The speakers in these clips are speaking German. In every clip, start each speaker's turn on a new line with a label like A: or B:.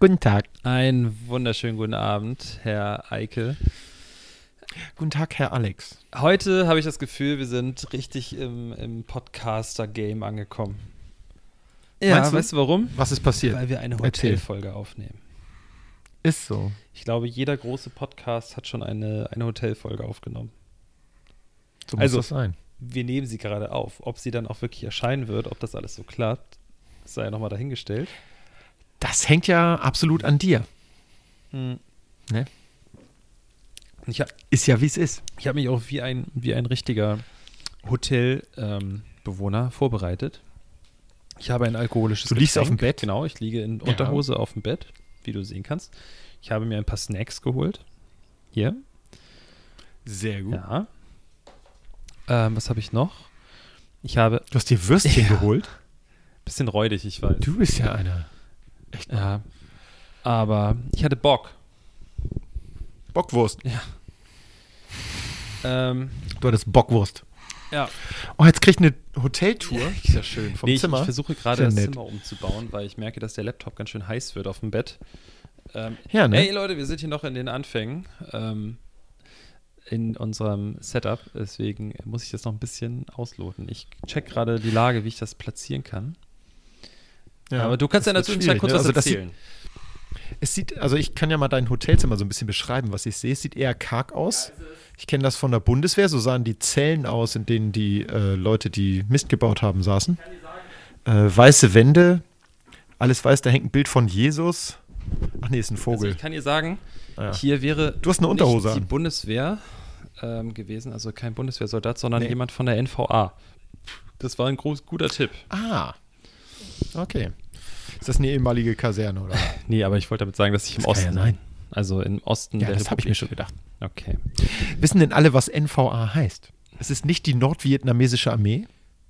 A: Guten Tag.
B: Einen wunderschönen guten Abend, Herr Eike.
A: Guten Tag, Herr Alex.
B: Heute habe ich das Gefühl, wir sind richtig im, im Podcaster-Game angekommen.
A: Ja,
B: Meinst du,
A: wa-
B: weißt du warum?
A: Was ist passiert?
B: Weil wir eine
A: Erzähl.
B: Hotelfolge aufnehmen.
A: Ist so.
B: Ich glaube, jeder große Podcast hat schon eine, eine Hotelfolge aufgenommen.
A: So
B: Also-
A: muss das sein.
B: Wir nehmen sie gerade auf. Ob sie dann auch wirklich erscheinen wird, ob das alles so klappt, sei nochmal dahingestellt.
A: Das hängt ja absolut an dir.
B: Hm.
A: Ne?
B: Ich, ha-
A: Ist ja, wie es ist.
B: ich habe mich auch wie ein, wie ein richtiger Hotelbewohner ähm, Bewohner vorbereitet. Ich habe ein alkoholisches
A: Du liegst auf dem Bett?
B: Genau, ich liege in
A: Ja.
B: Unterhose auf dem Bett, wie du sehen kannst. Ich habe mir ein paar Snacks geholt. Hier,
A: Sehr gut.
B: ja. Ähm, was habe ich noch? Ich habe
A: Du hast dir Würstchen
B: Ja.
A: geholt?
B: bisschen räudig, ich weiß.
A: Du bist ja einer.
B: Ja. Aber ich hatte Bock.
A: Bockwurst.
B: Ähm,
A: Du hattest Bockwurst.
B: ja.
A: Oh, jetzt krieg ich eine Hoteltour. Ist ja schön. Vom
B: nee, ich-
A: Zimmer.
B: Ich versuche gerade
A: Sehr
B: das
A: nett.
B: Zimmer umzubauen, weil ich merke, dass der Laptop ganz schön heiß wird auf dem Bett. Ähm,
A: ja, ne?
B: Hey Leute, wir sind hier noch in den Anfängen ähm, in unserem Setup, deswegen äh, muss ich das noch ein bisschen ausloten. Ich check gerade die Lage, wie ich das platzieren kann.
A: ja.
B: Aber du kannst ja
A: Das wird
B: natürlich
A: schwierig,
B: mal kurz
A: ne?
B: was
A: Also das
B: erzählen.
A: Es sieht, also ich kann ja mal dein Hotelzimmer so ein bisschen beschreiben, was ich sehe. Es sieht eher karg aus. Ich kenne das von der Bundeswehr. So sahen die Zellen aus, in denen die äh, Leute, die Mist gebaut haben, saßen. Äh, weiße Wände, alles weiß. Da hängt ein Bild von Jesus. Ach nee, ist ein
B: Also
A: Vogel.
B: ich kann dir sagen,
A: Ah ja.
B: hier wäre
A: Du hast eine Unterhose
B: nicht die
A: an.
B: Bundeswehr ähm, gewesen, also kein Bundeswehrsoldat, sondern
A: Nee.
B: jemand von der NVA. Das war ein groß, guter Tipp.
A: Ah, okay. Ist das eine ehemalige Kaserne oder?
B: Nee, aber ich wollte damit sagen, dass ich im
A: Das
B: Osten.
A: kann ja sein.
B: Also im Osten
A: ja,
B: der
A: das habe ich mir
B: Republik.
A: schon gedacht.
B: Okay.
A: Wissen denn alle, was NVA heißt? Es ist nicht die nordvietnamesische Armee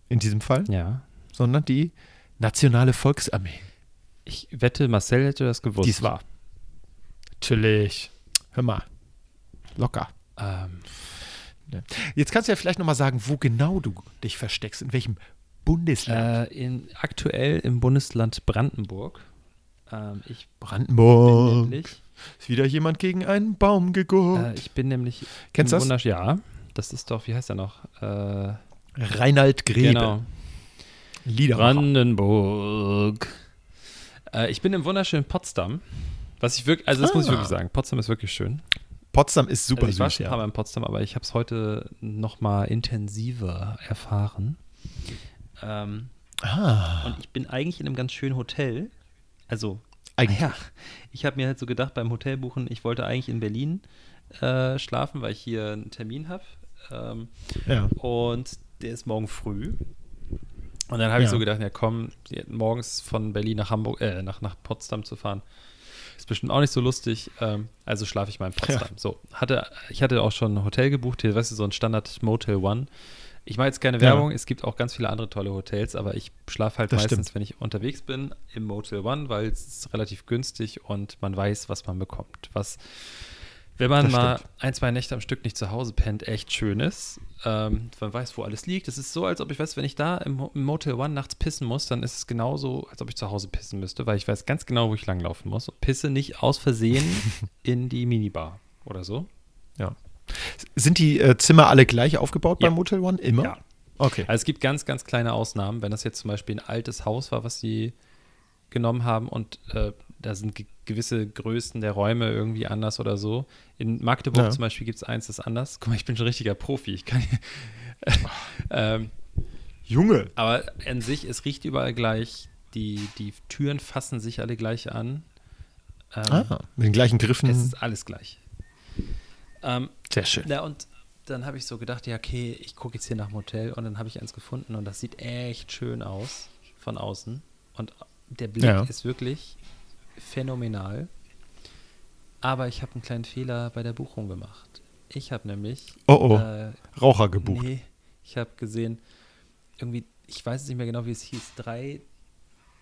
A: in diesem Fall,
B: Ja.
A: sondern die Nationale Volksarmee.
B: Ich wette, Marcel hätte das gewusst.
A: Dies war. Natürlich. Hör mal. Locker.
B: Ähm,
A: Jetzt kannst du ja vielleicht nochmal sagen, wo genau du dich versteckst, in welchem Bundesland.
B: äh, in, aktuell im Bundesland Brandenburg. Ähm, ich bin
A: Brandenburg.
B: nämlich,
A: Ist wieder jemand gegen einen Baum geguckt.
B: äh, ich bin nämlich.
A: Kennst du
B: im
A: das?
B: Wundersch- Ja. Das ist doch, wie heißt er noch? Äh,
A: Reinhard Grebe.
B: genau.
A: Liedermacher.
B: Brandenburg. Äh, ich bin im wunderschönen Potsdam. Was ich wirklich, also das muss ich
A: Ah.
B: wirklich sagen. Potsdam ist wirklich schön.
A: Potsdam ist super
B: also ich war
A: süß,
B: schon ein paar
A: ja.
B: Mal in Potsdam, aber ich habe es heute noch mal intensiver erfahren. Ähm,
A: Ah,
B: Und ich bin eigentlich in einem ganz schönen Hotel. Also,
A: Eigentlich.
B: ja, ich habe mir halt so gedacht beim Hotelbuchen, ich wollte eigentlich in Berlin äh, schlafen, weil ich hier einen Termin habe. Ähm,
A: ja.
B: und der ist morgen früh. Und dann habe ich
A: Ja.
B: so gedacht, ja komm, morgens von Berlin nach Hamburg, äh, nach, nach Potsdam zu fahren, ist bestimmt auch nicht so lustig. Ähm, also schlafe ich mal in Potsdam. So, hatte, ich hatte auch schon ein Hotel gebucht, hier, weißt du, so ein Standard Motel One. Ich mache jetzt keine
A: Ja.
B: Werbung, es gibt auch ganz viele andere tolle Hotels, aber ich schlafe halt
A: Das
B: meistens,
A: stimmt.
B: wenn ich unterwegs bin, im Motel One, weil es ist relativ günstig und man weiß, was man bekommt. Was wenn man
A: Das
B: mal
A: stimmt.
B: ein, zwei Nächte am Stück nicht zu Hause pennt, echt schön ist. Ähm, man weiß, wo alles liegt. Es ist so, als ob ich weiß, wenn ich da im, Mo- im Motel One nachts pissen muss, dann ist es genauso, als ob ich zu Hause pissen müsste, weil ich weiß ganz genau, wo ich langlaufen muss. Und pisse nicht aus Versehen in die Minibar oder so.
A: Sind die äh, Zimmer alle gleich aufgebaut
B: Ja.
A: beim Motel One? Immer?
B: Ja.
A: Okay.
B: Also es gibt ganz, ganz kleine Ausnahmen. Wenn das jetzt zum Beispiel ein altes Haus war, was sie genommen haben und äh, da sind ge gewisse Größen der Räume irgendwie anders oder so. In Magdeburg
A: Ja.
B: zum Beispiel gibt es eins, das ist anders. Guck mal, ich bin schon ein richtiger Profi. Ich kann ähm,
A: Junge.
B: aber an sich, es riecht überall gleich. Die, die Türen fassen sich alle gleich an. Ähm,
A: Ah, hm. mit den gleichen Griffen.
B: Es ist alles gleich. Ähm,
A: Sehr schön.
B: na und dann habe ich so gedacht, ja, okay, ich gucke jetzt hier nach dem Hotel und dann habe ich eins gefunden und das sieht echt schön aus von außen. Und der Blick
A: Ja.
B: ist wirklich phänomenal. Aber ich habe einen kleinen Fehler bei der Buchung gemacht. Ich habe nämlich
A: Oh, oh.
B: äh,
A: Raucher gebucht.
B: Nee, ich habe gesehen, irgendwie, ich weiß es nicht mehr genau, wie es hieß, drei,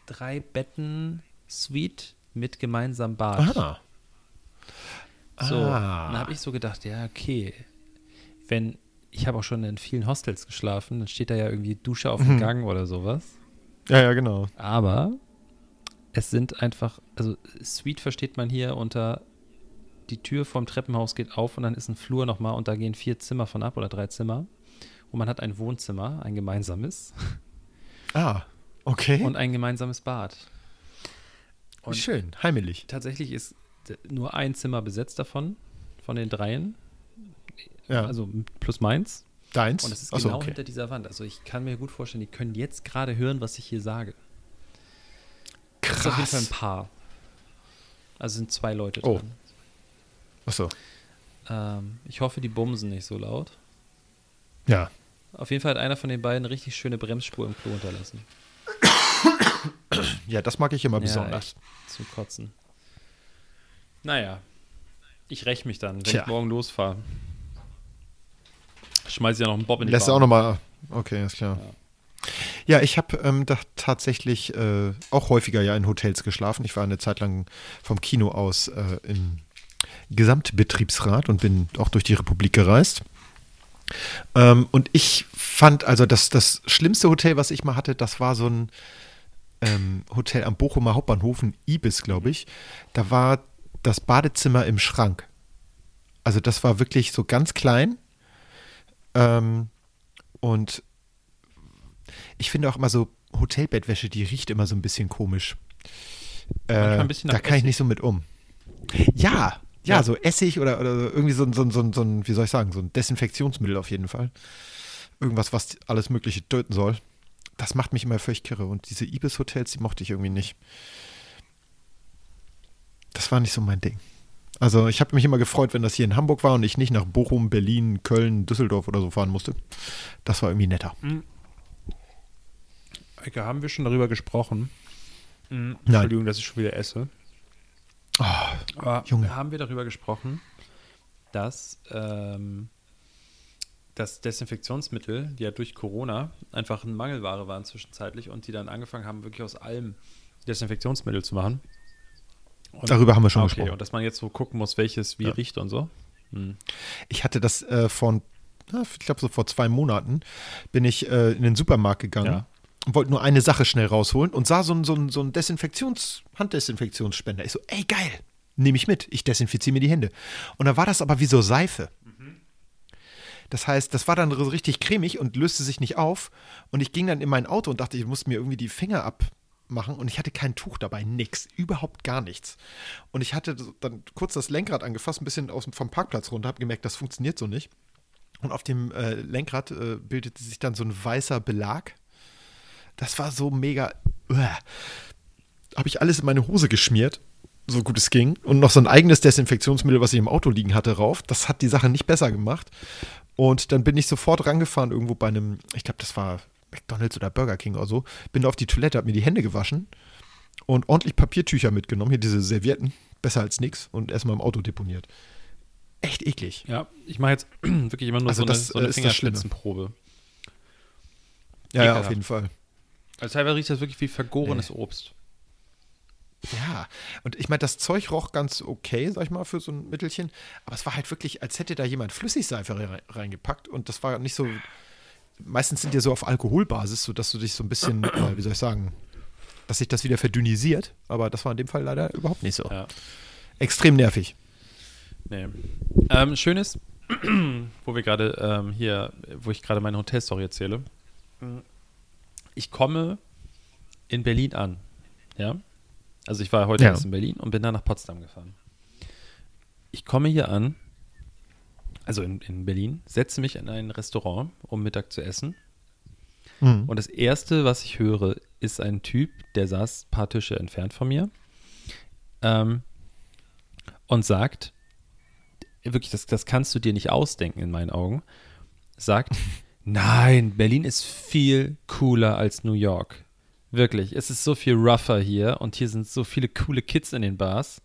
B: drei Betten Suite mit gemeinsamem Bad.
A: Ah.
B: So,
A: Ah.
B: dann habe ich so gedacht, ja, okay, wenn, ich habe auch schon in vielen Hostels geschlafen,
A: Mhm.
B: dann steht da ja irgendwie Dusche auf dem Gang oder sowas.
A: Ja, ja, genau.
B: Aber Es sind einfach, also Suite versteht man hier unter die Tür vom Treppenhaus geht auf und dann ist ein Flur nochmal und da gehen vier Zimmer von ab oder drei Zimmer. Und man hat ein Wohnzimmer, ein gemeinsames
A: Ah, okay.
B: und ein gemeinsames Bad. Und
A: Schön, heimelig.
B: tatsächlich ist d- nur ein Zimmer besetzt davon, von den dreien,
A: Ja.
B: also plus meins.
A: Deins?
B: Und das ist
A: Achso,
B: genau
A: okay.
B: hinter dieser Wand. Also ich kann mir gut vorstellen, die können jetzt gerade hören, was ich hier sage. Das ist auf jeden Fall ein
A: Krass.
B: Paar. Also sind zwei Leute
A: Oh.
B: drin.
A: Achso,
B: Ähm, ich hoffe, die bumsen nicht so laut.
A: ja.
B: Auf jeden Fall hat einer von den beiden eine richtig schöne Bremsspur im Klo hinterlassen.
A: Ja, das mag ich immer
B: Ja,
A: besonders.
B: Zum Kotzen. Naja, ich räche mich dann, wenn
A: Tja.
B: ich morgen losfahre. Schmeiß ja noch einen Bob in die
A: Lässt du auch
B: Bahn.
A: nochmal. Okay, ist klar. Ja, ich habe ähm, da tatsächlich äh, auch häufiger ja in Hotels geschlafen. Ich war eine Zeit lang vom Kino aus äh, im Gesamtbetriebsrat und bin auch durch die Republik gereist. Ähm, und ich fand, also das, das schlimmste Hotel, was ich mal hatte, das war so ein ähm, Hotel am Bochumer Hauptbahnhof, ein Ibis, glaube
B: Mhm.
A: ich. Da war das Badezimmer im Schrank. Also das war wirklich so ganz klein. Ähm, und ich finde auch immer so Hotelbettwäsche, die riecht immer so ein bisschen komisch.
B: Manchmal
A: Äh,
B: ein bisschen
A: da
B: nach
A: kann ich nicht so mit um. Ja, ja,
B: Ja.
A: so Essig oder, oder so irgendwie so, ein- so, ein- so, ein- so ein, wie soll ich sagen, so ein Desinfektionsmittel auf jeden Fall. Irgendwas, was alles Mögliche töten soll. Das macht mich immer völlig kirre. Und diese Ibis-Hotels, die mochte ich irgendwie nicht. Das war nicht so mein Ding. Also ich habe mich immer gefreut, wenn das hier in Hamburg war und ich nicht nach Bochum, Berlin, Köln, Düsseldorf oder so fahren musste. Das war irgendwie netter.
C: Eike, haben wir schon darüber gesprochen?
B: Mhm.
C: Nein. Entschuldigung,
A: Entschuldigung,
C: dass ich schon wieder esse.
A: Ah,
B: Aber
A: Junge.
B: haben wir darüber gesprochen, dass ähm, das Desinfektionsmittel, die ja durch Corona einfach eine Mangelware waren zwischenzeitlich und die dann angefangen haben, wirklich aus allem Desinfektionsmittel zu machen. Und, Ah,
A: darüber haben wir schon
B: okay,
A: gesprochen.
B: und dass man jetzt so gucken muss, welches wie
A: Ja.
B: riecht und so.
A: Ich hatte das äh, vor, na, ich glaube so vor zwei Monaten, bin ich äh, in den Supermarkt gegangen
B: Ja.
A: und wollte nur eine Sache schnell rausholen und sah so einen so einen- so einen Desinfektions-, Handdesinfektionsspender. Ich so, ey, geil, nehme ich mit, ich desinfiziere mir die Hände. Und dann war das aber wie so Seife. Das heißt, das war dann so richtig cremig und löste sich nicht auf. Und ich ging dann in mein Auto und dachte, ich muss mir irgendwie die Finger abmachen. Und ich hatte kein Tuch dabei, nix, überhaupt gar nichts. Und ich hatte so dann kurz das Lenkrad angefasst, ein bisschen aus, dem- vom Parkplatz runter, habe gemerkt, das funktioniert so nicht. Und auf dem äh, Lenkrad äh, bildete sich dann so ein weißer Belag. Das war so mega. Uah. Habe ich alles in meine Hose geschmiert, so gut es ging. Und noch so ein eigenes Desinfektionsmittel, was ich im Auto liegen hatte, rauf. Das hat die Sache nicht besser gemacht. Und dann bin ich sofort rangefahren, irgendwo bei einem, ich glaube, das war McDonalds oder Burger King oder so. Bin auf die Toilette, habe mir die Hände gewaschen und ordentlich Papiertücher mitgenommen. Hier diese Servietten, besser als nix. Und erstmal im Auto deponiert. Echt eklig.
B: Ja, ich mache jetzt wirklich immer nur
A: Also
B: so eine,
A: das,
B: so eine
A: äh, ist das Schlimme.
B: Fingerspitzenprobe.
A: Ja, ja, auf
B: Ekelhaft.
A: jeden Fall.
B: Also teilweise riecht das wirklich wie vergorenes Obst.
A: Ja, und ich meine, das Zeug roch ganz okay, sag ich mal, für so ein Mittelchen. Aber es war halt wirklich, als hätte da jemand Flüssigseife rei- reingepackt. Und das war nicht so. Meistens sind die so auf Alkoholbasis, sodass du dich so ein bisschen, äh, wie soll ich sagen, dass sich das wieder verdünnisiert. Aber das war in dem Fall leider überhaupt nicht so.
B: Ja.
A: Extrem nervig.
B: Nee. Ähm, schönes, wo wir gerade ähm, hier, wo ich gerade meine Hotelstory erzähle. Ich komme in Berlin an. Ja. Also ich war heute
A: Ja.
B: erst in Berlin und bin dann nach Potsdam gefahren. Ich komme hier an, also in, in Berlin, setze mich in ein Restaurant, um Mittag zu essen.
A: Mhm.
B: Und das Erste, was ich höre, ist ein Typ, der saß ein paar Tische entfernt von mir ähm, und sagt, wirklich, das, das kannst du dir nicht ausdenken in meinen Augen, sagt, nein, Berlin ist viel cooler als New York. Wirklich, es ist so viel rougher hier und hier sind so viele coole Kids in den Bars.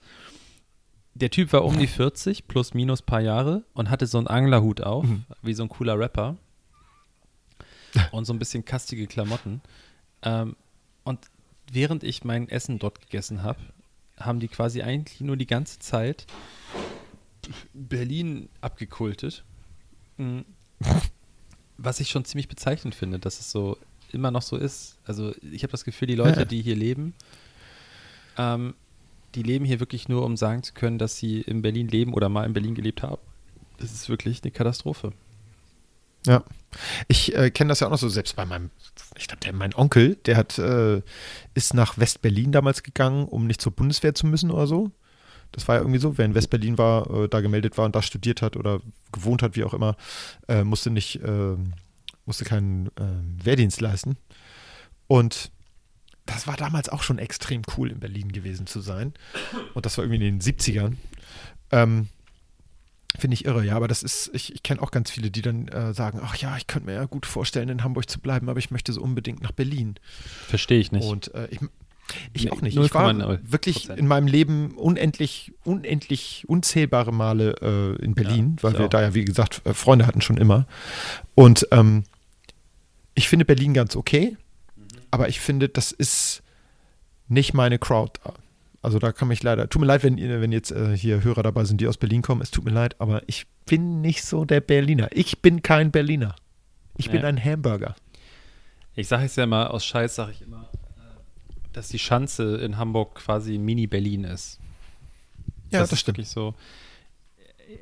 B: Der Typ war um die 40, plus minus paar Jahre und hatte so einen Anglerhut auf, wie so ein cooler Rapper und so ein bisschen kastige Klamotten. Ähm, und während ich mein Essen dort gegessen habe, haben die quasi eigentlich nur die ganze Zeit Berlin abgekultet. Mhm. Was ich schon ziemlich bezeichnend finde, dass es so immer noch so ist. Also ich habe das Gefühl, die Leute,
A: Ja.
B: die hier leben, Ähm, die leben hier wirklich nur, um sagen zu können, dass sie in Berlin leben oder mal in Berlin gelebt haben. Das ist wirklich eine Katastrophe.
A: Ja. Ich äh, kenne das ja auch noch so, selbst bei meinem, ich glaube, mein Onkel, der hat, äh, ist nach West-Berlin damals gegangen, um nicht zur Bundeswehr zu müssen oder so. Das war ja irgendwie so, wer in West-Berlin war, äh, da gemeldet war und da studiert hat oder gewohnt hat, wie auch immer, äh, musste nicht, musste keinen äh, Wehrdienst leisten. Und das war damals auch schon extrem cool, in Berlin gewesen zu sein. Und das war irgendwie in den 70ern. Ähm, Finde ich irre, ja, aber das ist, ich, ich kenne auch ganz viele, die dann äh, sagen, ach ja, ich könnte mir ja gut vorstellen, in Hamburg zu bleiben, aber ich möchte so unbedingt nach Berlin.
B: Verstehe ich nicht.
A: Und äh, ich, ich nee, auch nicht. Ich war wirklich in meinem Leben unendlich, unendlich, unzählbare Male äh, in Berlin, ja, weil wir auch. da ja, wie gesagt, äh, Freunde hatten schon immer. Und ähm, ich finde Berlin ganz okay, mhm. aber ich finde, das ist nicht meine Crowd da. Also da kann mich leider, tut mir leid, wenn, wenn jetzt äh, hier Hörer dabei sind, die aus Berlin kommen. Es tut mir leid, aber ich bin nicht so der Berliner. Ich bin kein Berliner. Ich naja. bin ein Hamburger.
B: Ich sage es ja mal, aus Scheiß sage ich immer, äh, dass die Schanze in Hamburg quasi Mini-Berlin ist.
A: Ja, das, das stimmt.
B: so.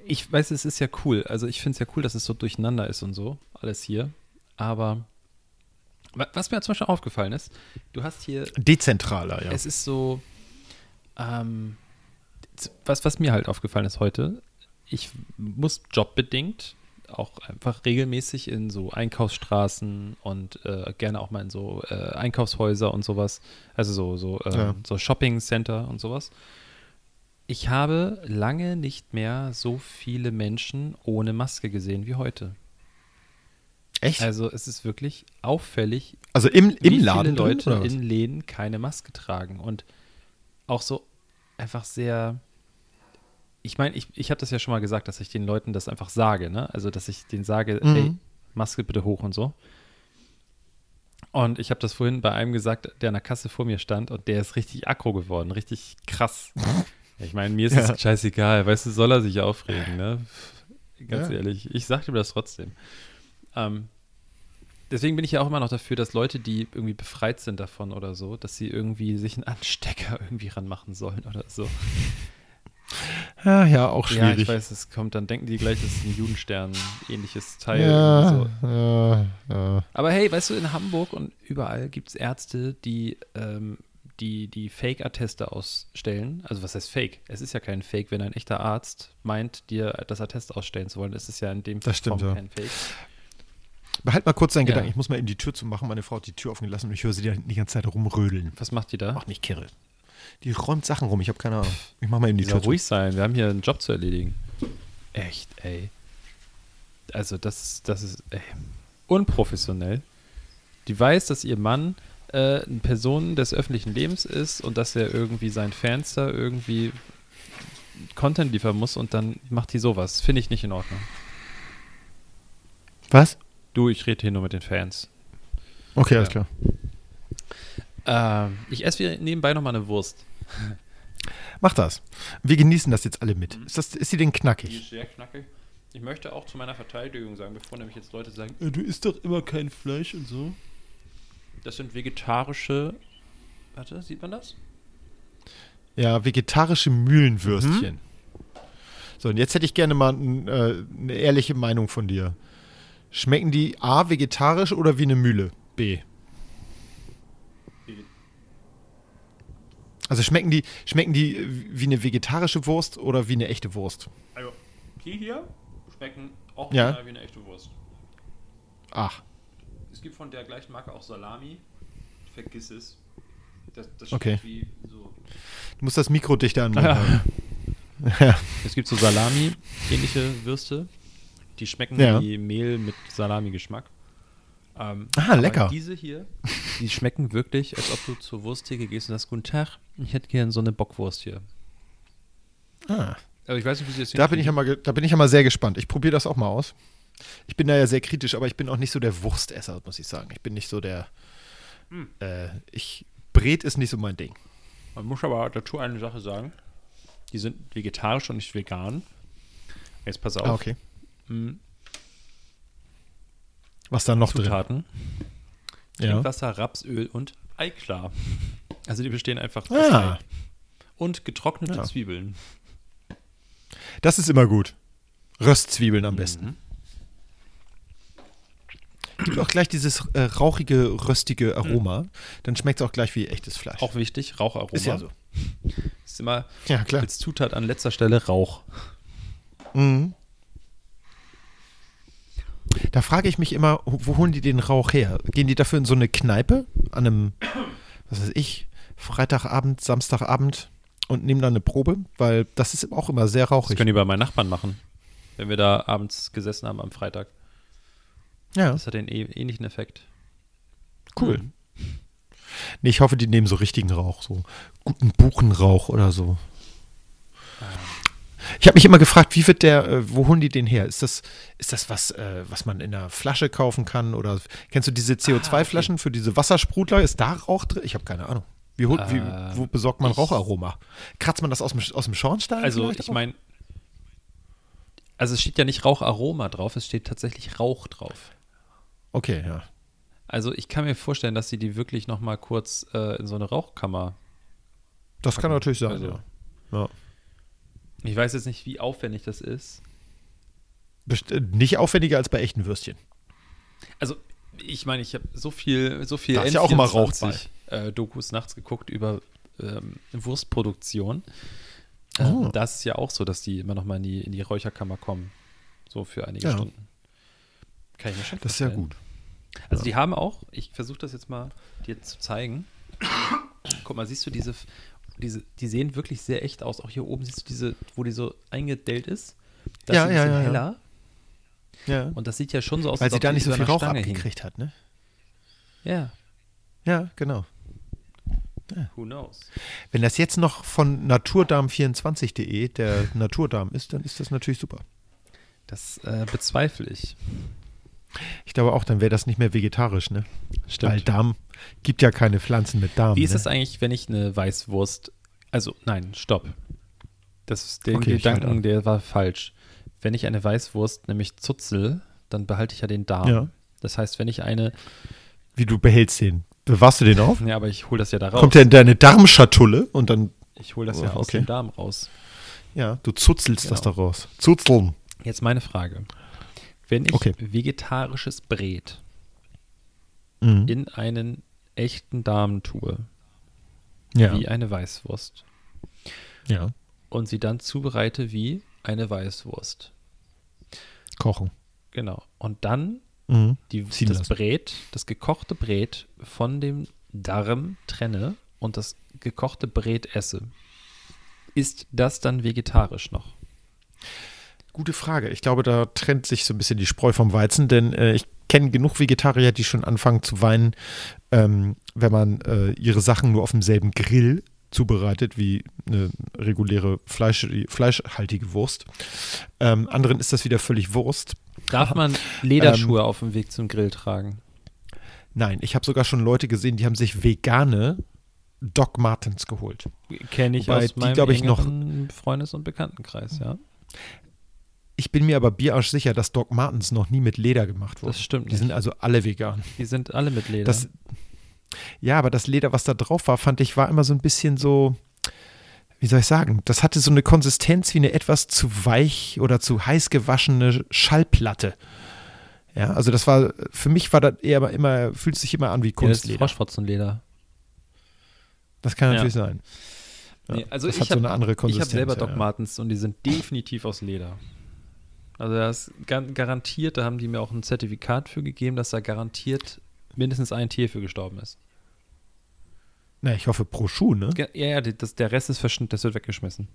B: Ich weiß, es ist ja cool. Also ich finde es ja cool, dass es so durcheinander ist und so, alles hier. Aber was mir zum Beispiel aufgefallen ist, du hast hier.
A: Dezentraler, ja.
B: Es ist so. Ähm, was, was mir halt aufgefallen ist heute, ich muss jobbedingt auch einfach regelmäßig in so Einkaufsstraßen und äh, gerne auch mal in so äh, Einkaufshäuser und sowas, also so, so, äh, ja. so Shopping Center und sowas. Ich habe lange nicht mehr so viele Menschen ohne Maske gesehen wie heute.
A: Echt?
B: Also es ist wirklich auffällig,
A: also im, im
B: wie
A: Laden
B: viele Leute in Läden keine Maske tragen. Und auch so einfach sehr. Ich meine, ich, ich habe das ja schon mal gesagt, dass ich den Leuten das einfach sage, ne? Also, dass ich denen sage, mhm. ey, Maske bitte hoch und so. Und ich habe das vorhin bei einem gesagt, der an der Kasse vor mir stand und der ist richtig aggro geworden, richtig krass. ich meine, mir ist es ja. scheißegal, weißt du, soll er sich aufregen, ne? Ganz ja. ehrlich, ich sagte mir das trotzdem. Ähm, deswegen bin ich ja auch immer noch dafür, dass Leute, die irgendwie befreit sind davon oder so, dass sie irgendwie sich einen Anstecker irgendwie ranmachen sollen oder so.
A: Ja, ja, auch schwierig. Ja,
B: ich weiß, es kommt, dann denken die gleich, das ist ein Judenstern-ähnliches Teil.
A: Ja, so. ja, ja.
B: Aber hey, weißt du, in Hamburg und überall gibt es Ärzte, die, ähm, die, die Fake-Atteste ausstellen. Also was heißt Fake? Es ist ja kein Fake, wenn ein echter Arzt meint, dir das Attest ausstellen zu wollen. Es ist ja in dem
A: das stimmt, ja. kein Fake. Behalt mal kurz deinen ja. Gedanken. Ich muss mal eben die Tür zumachen. Meine Frau hat die Tür offen gelassen und ich höre sie die ganze Zeit rumrödeln.
B: Was macht die da?
A: Macht mich kirre. Die räumt Sachen rum. Ich habe keine Ahnung. Ich mach mal eben die Tür.
B: ruhig sein. Wir haben hier einen Job zu erledigen. Echt, ey. Also, das, das ist ey. unprofessionell. Die weiß, dass ihr Mann äh, eine Person des öffentlichen Lebens ist und dass er irgendwie seinen Fans da irgendwie Content liefern muss und dann macht die sowas. Finde ich nicht in Ordnung.
A: Was?
B: Du, ich rede hier nur mit den Fans.
A: Okay, alles ja.
B: klar. Ähm, ich esse nebenbei nochmal eine Wurst.
A: Mach das. Wir genießen das jetzt alle mit. Ist, das, ist sie denn knackig?
B: Mhm. Die ist sehr knackig. Ich möchte auch zu meiner Verteidigung sagen, bevor nämlich jetzt Leute sagen, du isst doch immer kein Fleisch und so. Das sind vegetarische. Warte, sieht man das?
A: Ja, vegetarische Mühlenwürstchen. Mhm. So, und jetzt hätte ich gerne mal ein, äh, eine ehrliche Meinung von dir. Schmecken die A vegetarisch oder wie eine Mühle? B. Also schmecken die, schmecken die wie eine vegetarische Wurst oder wie eine echte Wurst?
B: Also, die hier schmecken auch
A: ja.
B: wie eine echte Wurst.
A: Ach.
B: Es gibt von der gleichen Marke auch Salami. Vergiss es. Das, das
A: okay. So. Du musst das Mikro dichter anmachen. Ah,
B: ja. ja. Es gibt so Salami-ähnliche Würste. Die schmecken ja. wie Mehl mit Salami-Geschmack.
A: Ähm, ah, lecker.
B: Diese hier, die schmecken wirklich, als ob du zur Wursttheke gehst und sagst, guten Tag, ich hätte gerne so eine Bockwurst hier.
A: Ah.
B: Aber ich weiß nicht, wie sie das
A: da bin, ich ja mal, da bin ich ja mal sehr gespannt. Ich probiere das auch mal aus. Ich bin da ja sehr kritisch, aber ich bin auch nicht so der Wurstesser, muss ich sagen. Ich bin nicht so der hm. äh, ich, Bret ist nicht so mein Ding.
B: Man muss aber dazu eine Sache sagen. Die sind vegetarisch und nicht vegan. Jetzt pass auf. Hm.
A: Ah, okay. Was dann noch
B: Zutaten. drin? Trinkwasser, ja. Rapsöl und Eiklar. Also die bestehen einfach aus ah. Ei. und getrocknete
A: Ja.
B: Zwiebeln.
A: Das ist immer gut. Röstzwiebeln
B: Mhm.
A: am besten. Gibt auch gleich dieses äh, rauchige, röstige Aroma. Dann schmeckt es auch gleich wie echtes Fleisch.
B: Hm. Auch wichtig, Raucharoma.
A: ist ja so.
B: Ist immer
A: Ja, klar.
B: als Zutat an letzter Stelle Rauch.
A: Mhm. Da frage ich mich immer, ho- wo holen die den Rauch her? Gehen die dafür in so eine Kneipe an einem, was weiß ich, Freitagabend, Samstagabend und nehmen dann eine Probe? Weil das ist auch immer sehr
B: Das
A: rauchig.
B: können die bei meinen Nachbarn machen, wenn wir da abends gesessen haben am Freitag.
A: Ja,
B: Das hat den eh- ähnlichen Effekt.
A: cool. Mhm. Nee, ich hoffe, die nehmen so richtigen Rauch, so guten Buchenrauch oder so.
B: Ah.
A: Ich habe mich immer gefragt, wie wird der, äh, wo holen die den her? Ist das, ist das was, äh, was man in einer Flasche kaufen kann? Oder kennst du diese
B: Ah,
A: CO2-Flaschen für diese Wassersprudler? Ist da Rauch drin? Ich habe keine Ahnung. Wie, holt, wie
B: Ähm,
A: wo besorgt man
B: ich-
A: Raucharoma? Kratzt man das aus dem, Sch- aus dem Schornstein?
B: Also
A: vielleicht
B: ich
A: auch?
B: meine, also es steht ja nicht Raucharoma drauf, es steht tatsächlich Rauch drauf.
A: Okay, ja.
B: Also ich kann mir vorstellen, dass sie die wirklich noch mal kurz äh, in so eine Rauchkammer.
A: Das kann natürlich sein,
B: Also-
A: ja. ja.
B: Ich weiß jetzt nicht, wie aufwendig das ist.
A: Best äh, nicht aufwendiger als bei echten Würstchen.
B: Also ich meine, ich habe so viel, so viel
A: Da ist ja auch immer Rauch
B: äh, Dokus nachts geguckt über ähm, Wurstproduktion.
A: Oh.
B: Ähm, das ist ja auch so, dass die immer noch mal in die, in die Räucherkammer kommen, so für einige
A: Ja.
B: Stunden. Kann ich mir schon
A: Das ist ja
B: vorstellen.
A: gut.
B: Also die haben auch, ich versuche das jetzt mal dir zu zeigen. Guck mal, siehst du diese, diese, die sehen wirklich sehr echt aus. Auch hier oben siehst du diese, wo die so eingedellt ist. Das
A: Ja,
B: ist ein
A: ja,
B: bisschen
A: ja, ja.
B: heller.
A: Ja.
B: Und das sieht ja schon so aus,
A: Weil sie
B: ob
A: da
B: die
A: nicht so
B: über
A: viel
B: einer
A: Rauch
B: Stange hing.
A: abgekriegt hat, ne?
B: Ja,
A: Ja, genau.
B: who knows.
A: Wenn das jetzt noch von naturdarm24.de der Naturdarm ist, dann ist das natürlich super.
B: Das äh, bezweifle ich.
A: Ich glaube auch, dann wäre das nicht mehr vegetarisch, ne? Weil Darm gibt ja keine Pflanzen mit Darm.
B: Wie ist das
A: ne?
B: eigentlich, wenn ich eine Weißwurst, also nein, stopp. Das ist der
A: Okay, ich halte
B: Gedanken,
A: an.
B: der war falsch. Wenn ich eine Weißwurst nämlich zuzel, dann behalte ich ja den Darm.
A: Ja.
B: Das heißt, wenn ich eine
A: Wie du behältst den? Bewahrst du den auf?
B: Ja, aber ich hole das ja da raus.
A: Kommt der in deine Darmschatulle und dann,
B: Ich hole das ja
A: Oh,
B: aus
A: okay.
B: dem Darm raus.
A: ja, du zuzelst das da
B: Genau.
A: raus. Zuzeln.
B: Jetzt meine Frage. Wenn ich
A: Okay.
B: vegetarisches Bret
A: Mhm.
B: in einen echten Darm tue,
A: Ja.
B: wie eine Weißwurst,
A: ja,
B: und sie dann zubereite wie eine Weißwurst.
A: kochen.
B: Genau. Und dann
A: Mhm.
B: die,
A: Ziehen
B: das
A: lassen.
B: Bret, das gekochte Bret von dem Darm trenne und das gekochte Bret esse. Ist das dann vegetarisch noch?
A: Gute Frage. Ich glaube, da trennt sich so ein bisschen die Spreu vom Weizen, denn äh, ich kenne genug Vegetarier, die schon anfangen zu weinen, ähm, wenn man äh, ihre Sachen nur auf demselben Grill zubereitet wie eine reguläre Fleisch, fleischhaltige Wurst. Ähm, anderen ist das wieder völlig Wurst.
B: Darf
A: Ah.
B: man Lederschuhe
A: Ähm.
B: auf dem Weg zum Grill tragen?
A: Nein, ich habe sogar schon Leute gesehen, die haben sich vegane Doc Martens geholt.
B: Kenne ich
A: Wobei
B: aus
A: die,
B: meinem
A: glaub ich, noch-
B: engeren Freundes- und Bekanntenkreis, ja.
A: Ich bin mir aber bierarsch sicher, dass Doc Martens noch nie mit Leder gemacht wurde.
B: Das stimmt
A: Die sind also alle vegan.
B: Die sind alle mit Leder.
A: Das, ja, aber das Leder, was da drauf war, fand ich, war immer so ein bisschen so, wie soll ich sagen, das hatte so eine Konsistenz wie eine etwas zu weich oder zu heiß gewaschene Schallplatte. Ja, also das war, für mich war das eher aber immer, fühlt sich immer an wie
B: ja, das ist
A: Kunstleder. das,
B: Froschfotzenleder.
A: kann
B: Ja.
A: natürlich sein. Ja,
B: Nee, also
A: das
B: ich
A: hat so
B: hab-
A: eine andere
B: Ich
A: Konsistenz.
B: habe selber
A: ja.
B: Doc Martens und die sind definitiv aus Leder. Also das ist gar- garantiert, da haben die mir auch ein Zertifikat für gegeben, dass da garantiert mindestens ein Tier für gestorben ist.
A: Na, ich hoffe pro Schuh, ne?
B: Ge- Ja, ja, die- das, der Rest ist verschnitten, das wird weggeschmissen.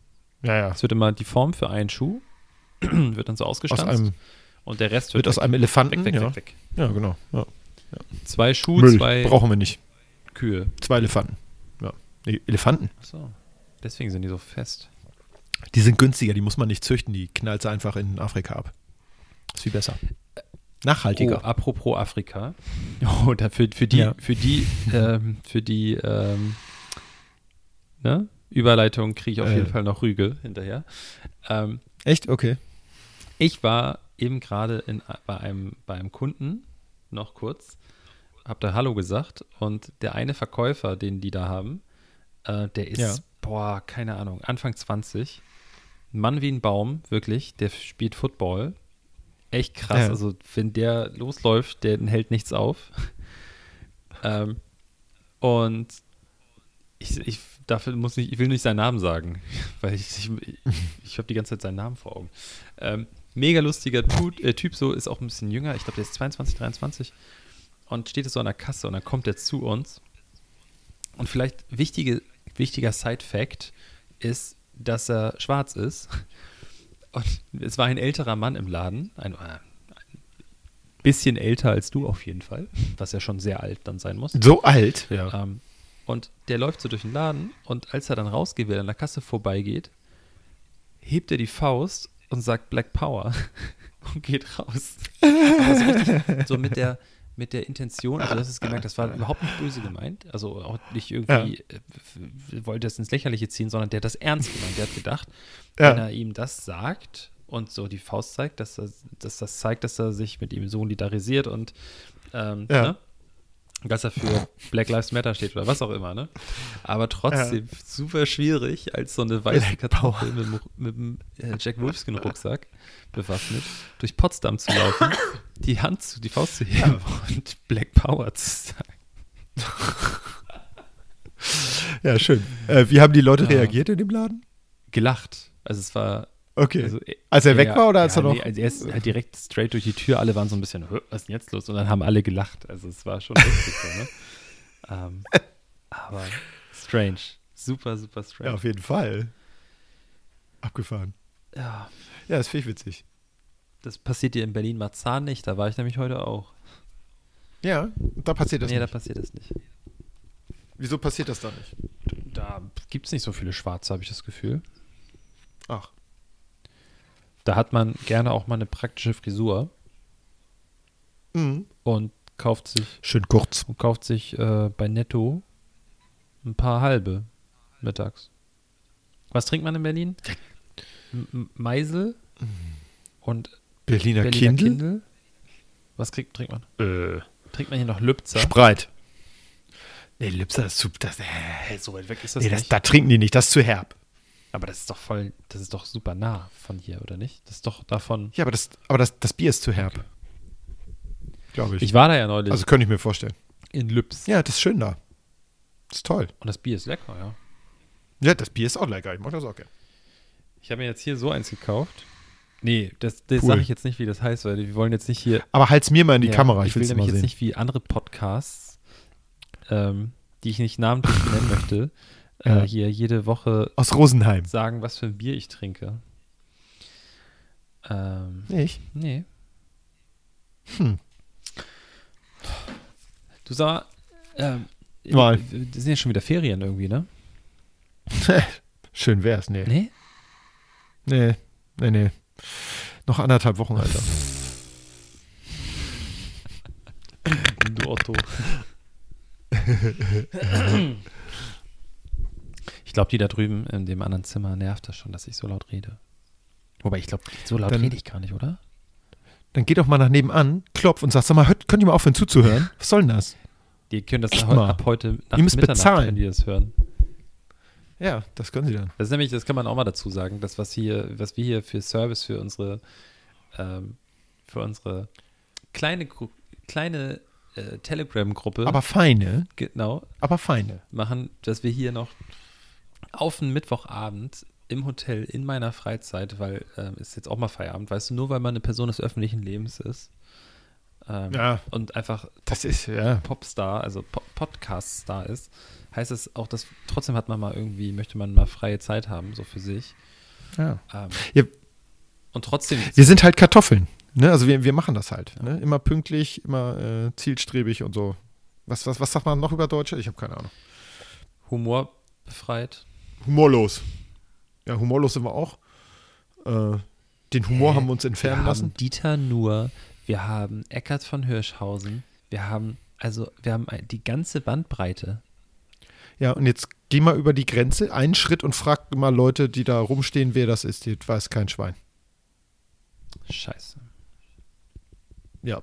A: Ja, ja.
B: Es wird immer die Form für einen Schuh, wird dann so
A: Aus
B: ausgestanzt
A: einem,
B: und der Rest
A: wird
B: wird,
A: aus einem Elefanten,
B: weg, weg,
A: ja.
B: weg, weg.
A: Ja, genau. Ja.
B: Zwei Schuhe,
A: Müll
B: zwei
A: brauchen wir nicht.
B: Kühe.
A: Zwei Elefanten. Ja. Nee, Elefanten.
B: Ach So, deswegen sind die so fest.
A: Die sind günstiger, die muss man nicht züchten, die knallt sie einfach in Afrika ab. Ist viel besser. Nachhaltiger.
B: Oh, apropos Afrika. Oh, da für, für die,
A: Ja.
B: für die, ähm, für die ähm, ne? Überleitung kriege ich auf
A: Äh.
B: jeden Fall noch Rüge hinterher. Ähm,
A: Echt? Okay.
B: ich war eben gerade in- bei einem, bei einem Kunden, noch kurz, hab da Hallo gesagt und der eine Verkäufer, den die da haben, äh, der ist
A: Ja.
B: boah, keine Ahnung, Anfang 20. Ein Mann wie ein Baum, wirklich, der spielt Football. Echt krass.
A: Ja.
B: Also, wenn der losläuft, der hält nichts auf. ähm, und ich, ich, dafür muss nicht, ich will nicht seinen Namen sagen, weil ich, ich, ich habe die ganze Zeit seinen Namen vor Augen. Ähm, mega lustiger Tut, äh, Typ, so ist auch ein bisschen jünger. Ich glaube, der ist 22, 23. Und steht jetzt so an der Kasse und dann kommt er zu uns. Und vielleicht wichtige, wichtiger Side-Fact ist, dass er schwarz ist. Und es war ein älterer Mann im Laden, ein, äh, ein bisschen älter als du auf jeden Fall, was ja schon sehr alt dann sein muss.
A: So alt?
C: Ja.
B: Ähm, und der läuft so durch den Laden und als er dann rausgeht, will er an der Kasse vorbeigeht, hebt er die Faust und sagt Black Power und geht raus. Aber so, richtig, so mit der mit der Intention, also das ist gemerkt, das war überhaupt nicht böse gemeint, also auch nicht irgendwie äh, f- wollte es ins Lächerliche ziehen, sondern der hat das ernst gemeint, der hat gedacht,
A: Ja.
B: wenn er ihm das sagt und so die Faust zeigt, dass, er, dass das zeigt, dass er sich mit ihm solidarisiert und ähm,
A: Ja.
B: ne? dass er für Black Lives Matter steht oder was auch immer, ne? Aber trotzdem super schwierig, als so eine weiße Kartoffel mit, dem- mit dem äh, Jack Wolfskin-Rucksack bewaffnet durch Potsdam zu laufen, die Hand zu, die Faust zu heben und Black Power zu sagen.
A: Ja, schön. Äh, wie haben die Leute
B: Ja.
A: reagiert in dem Laden?
B: Gelacht. Also es war.
A: Okay.
B: Also, äh,
A: als er weg
B: ja,
A: war oder als
B: ja,
A: er noch.
B: Nee, also er ist halt direkt straight durch die Tür, alle waren so ein bisschen, "Hö, was ist denn jetzt los? Und dann haben alle gelacht. Also es war schon lustig, so, ne? ähm, aber strange. Super, super
A: ja,
B: strange.
A: auf jeden Fall. Abgefahren.
B: ja.
A: Ja, das finde ich witzig.
B: Das passiert dir in Berlin-Marzahn nicht, da war ich nämlich heute auch.
A: Ja, da passiert das
B: nee,
A: nicht.
B: da passiert das nicht.
A: Wieso passiert das da nicht?
B: Da gibt es nicht so viele Schwarze, habe ich das Gefühl.
A: Ach.
B: Da hat man gerne auch mal eine praktische Frisur
A: Mhm.
B: und kauft sich,
A: Schön kurz.
B: und kauft sich äh, bei Netto ein paar halbe mittags. Was trinkt man in Berlin? M- M- Meisel und
A: Berliner,
B: Berliner
A: Kindle?
B: Kindle. Was kriegt, trinkt man? Trinkt man hier noch Lübzer?
A: Spreit. Nee, Lipser ist zu. Das, äh,
B: Hey, so weit weg ist
A: nee, das, da trinken die nicht, das ist zu herb.
B: Aber das ist doch voll, das ist doch super nah von hier, oder nicht? Das ist doch davon.
A: Ja, aber das, aber das, das Bier ist zu herb. Glaube ich.
B: Ich war da ja neulich
A: Also könnte ich mir vorstellen.
B: in Lübs.
A: Ja, das ist schön da. Ist toll.
B: Und das Bier ist lecker, ja.
A: Ja, das Bier ist auch lecker. Ich mag das auch gerne.
B: Ich habe mir jetzt hier so eins gekauft. Nee, das, das
A: Cool.
B: sage ich jetzt nicht, wie das heißt, weil wir wollen jetzt nicht hier.
A: Aber halt's mir mal in die
B: Ja,
A: Kamera. Ich,
B: Ich will
A: will's
B: nämlich
A: mal
B: jetzt
A: sehen.
B: nicht wie andere Podcasts, ähm, die ich nicht namentlich nennen möchte,
A: Ja.
B: äh, hier jede Woche
A: Aus Rosenheim.
B: sagen, was für ein Bier ich trinke. Ähm,
A: Nicht?
B: Nee.
A: Hm.
B: Du sag mal, ähm,
A: Mal.
B: äh, Das sind ja schon wieder Ferien irgendwie, ne?
A: Schön wär's, nee. nee.
B: Nee?
A: Nee, nee, nee. Noch anderthalb Wochen, Alter.
B: Du Otto. ich glaube, die da drüben in dem anderen Zimmer nervt das schon, dass ich so laut rede. Wobei, ich glaube, so laut
A: Dann-
B: rede ich gar nicht, oder?
A: Dann geh doch mal nach nebenan, klopf und sag, sag mal, hört, könnt ihr mal aufhören zuzuhören? Was soll denn das?
B: Die können das
A: Echt
B: heu-
A: mal.
B: ab heute nach
A: Ihr müsst
B: Mitternacht,
A: bezahlen.
B: wenn die das hören.
A: Ja, das können sie dann.
B: Das ist nämlich, das kann man auch mal dazu sagen, dass was hier, was wir hier für Service für unsere, ähm, für unsere kleine, Gru kleine äh, Telegram-Gruppe
A: Aber feine,
B: genau
A: aber feine.
B: machen, dass wir hier noch auf einen Mittwochabend im Hotel in meiner Freizeit, weil ähm, ist jetzt auch mal Feierabend, weißt du, nur weil man eine Person des öffentlichen Lebens ist ähm,
A: Ja.
B: und einfach
A: Das ist, ja.
B: Popstar, also po Podcast-Star ist, heißt es auch, dass trotzdem hat man mal irgendwie, möchte man mal freie Zeit haben, so für sich.
A: ja.
B: Ähm,
A: Ja.
B: Und trotzdem,
A: Wir sind halt Kartoffeln. Ne? Also wir, wir machen das halt. Ne? Immer pünktlich, immer äh, zielstrebig und so. Was, was, was sagt man noch über Deutsche? Ich habe keine Ahnung.
B: Humor befreit.
A: Humorlos. Ja, humorlos sind wir auch. Äh, den Humor
B: Hä?
A: haben wir uns entfernen
B: wir
A: lassen.
B: haben Dieter Nuhr, wir haben Eckart von Hirschhausen, wir haben, also wir haben ein- die ganze Bandbreite.
A: Ja, und jetzt geh mal über die Grenze, einen Schritt und frag mal Leute, die da rumstehen, wer das ist. Die weiß kein Schwein.
B: Scheiße.
A: Ja.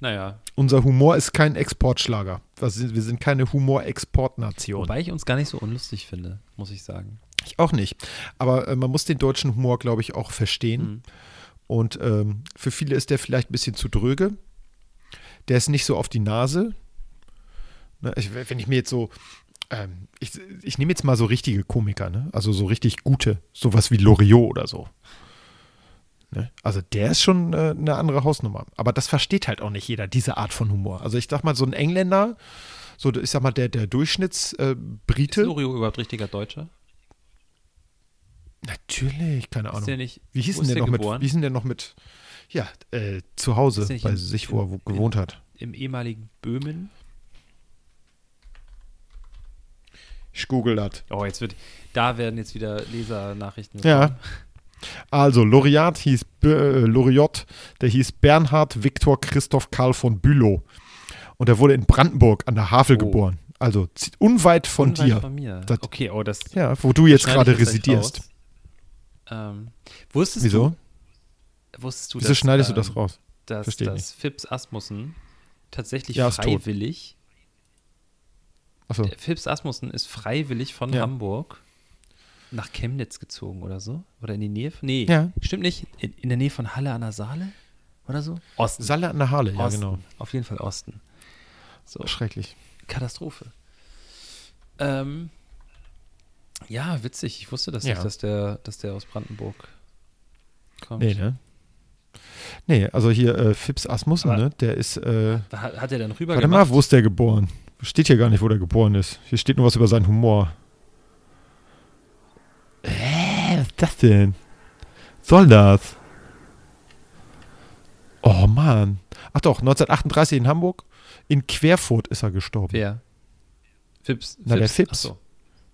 B: Naja.
A: Unser Humor ist kein Exportschlager. Also wir sind keine Humor-Exportnation.
B: Wobei ich uns gar nicht so unlustig finde, muss ich sagen.
A: Ich auch nicht. Aber äh, man muss den deutschen Humor, glaube ich, auch verstehen.
B: Mhm.
A: Und ähm, für viele ist der vielleicht ein bisschen zu dröge. Der ist nicht so auf die Nase. Ne, ich, wenn ich mir jetzt so, ähm, ich, ich nehme jetzt mal so richtige Komiker, ne? also so richtig gute, sowas wie Loriot oder so. Ne? Also der ist schon äh, eine andere Hausnummer. Aber das versteht halt auch nicht jeder, diese Art von Humor. Also ich sag mal, so ein Engländer, so ich sag mal, der, der Durchschnittsbrite. Äh,
B: Ist
A: Brite-
B: Lorio überhaupt richtiger Deutscher?
A: Natürlich, keine Ahnung.
B: Ist der nicht,
A: Wie hieß
B: wo
A: denn der,
B: ist der
A: noch mit?
B: geboren?
A: Wie hieß denn der noch mit? Ja, äh, zu Hause
B: Ist der nicht
A: bei
B: in-
A: sich, wo er wo-
B: in-
A: gewohnt hat.
B: Im ehemaligen Böhmen?
A: Ich google das.
B: Oh, jetzt wird, da werden jetzt wieder Lesernachrichten.
A: Ja. Also Laureat hieß B- äh, Laureat, der hieß Bernhard Viktor Christoph Karl von Bülow und er wurde in Brandenburg an der Havel
B: Oh.
A: geboren. Also zi- unweit von
B: Unweit
A: dir,
B: halt Von mir.
A: Das-
B: okay, oh, das
A: ja, wo du jetzt
B: schneide ich
A: gerade
B: gleich
A: residierst.
B: raus. Ähm, wusstest
A: Wieso?
B: du, wusstest du,
A: Wieso
B: dass,
A: schneidest du
B: ähm,
A: das raus?
B: dass,
A: Versteh ich
B: dass Fips Asmussen tatsächlich
A: Ja, ist tot.
B: freiwillig,
A: Achso,
B: äh, Fips Asmussen ist freiwillig von
A: Ja.
B: Hamburg nach Chemnitz gezogen oder so? Oder in die Nähe von, nee,
A: Ja.
B: stimmt nicht, in, in der Nähe von Halle an der Saale oder so? Osten.
A: Salle an der Halle, ja
B: Osten.
A: genau.
B: Auf jeden Fall Osten. So.
A: Schrecklich.
B: Katastrophe. Ähm, ja, witzig. Ich wusste das
A: Ja.
B: nicht, dass der, dass der aus Brandenburg kommt.
A: Nee, ne? Nee, also hier äh, Fips Asmussen,
B: Aber-
A: ne? Der ist äh,
B: Da hat, hat er dann rüber
A: Warte mal,
B: gemacht.
A: wo ist der geboren? Steht hier gar nicht, wo der geboren ist. Hier steht nur was über seinen Humor. Hä? Was ist das denn? Was Soll das? Oh Mann. Ach doch, 1938 in Hamburg. In Querfurt ist er gestorben.
B: Wer? Fips.
A: Na, der Fips.
B: Achso.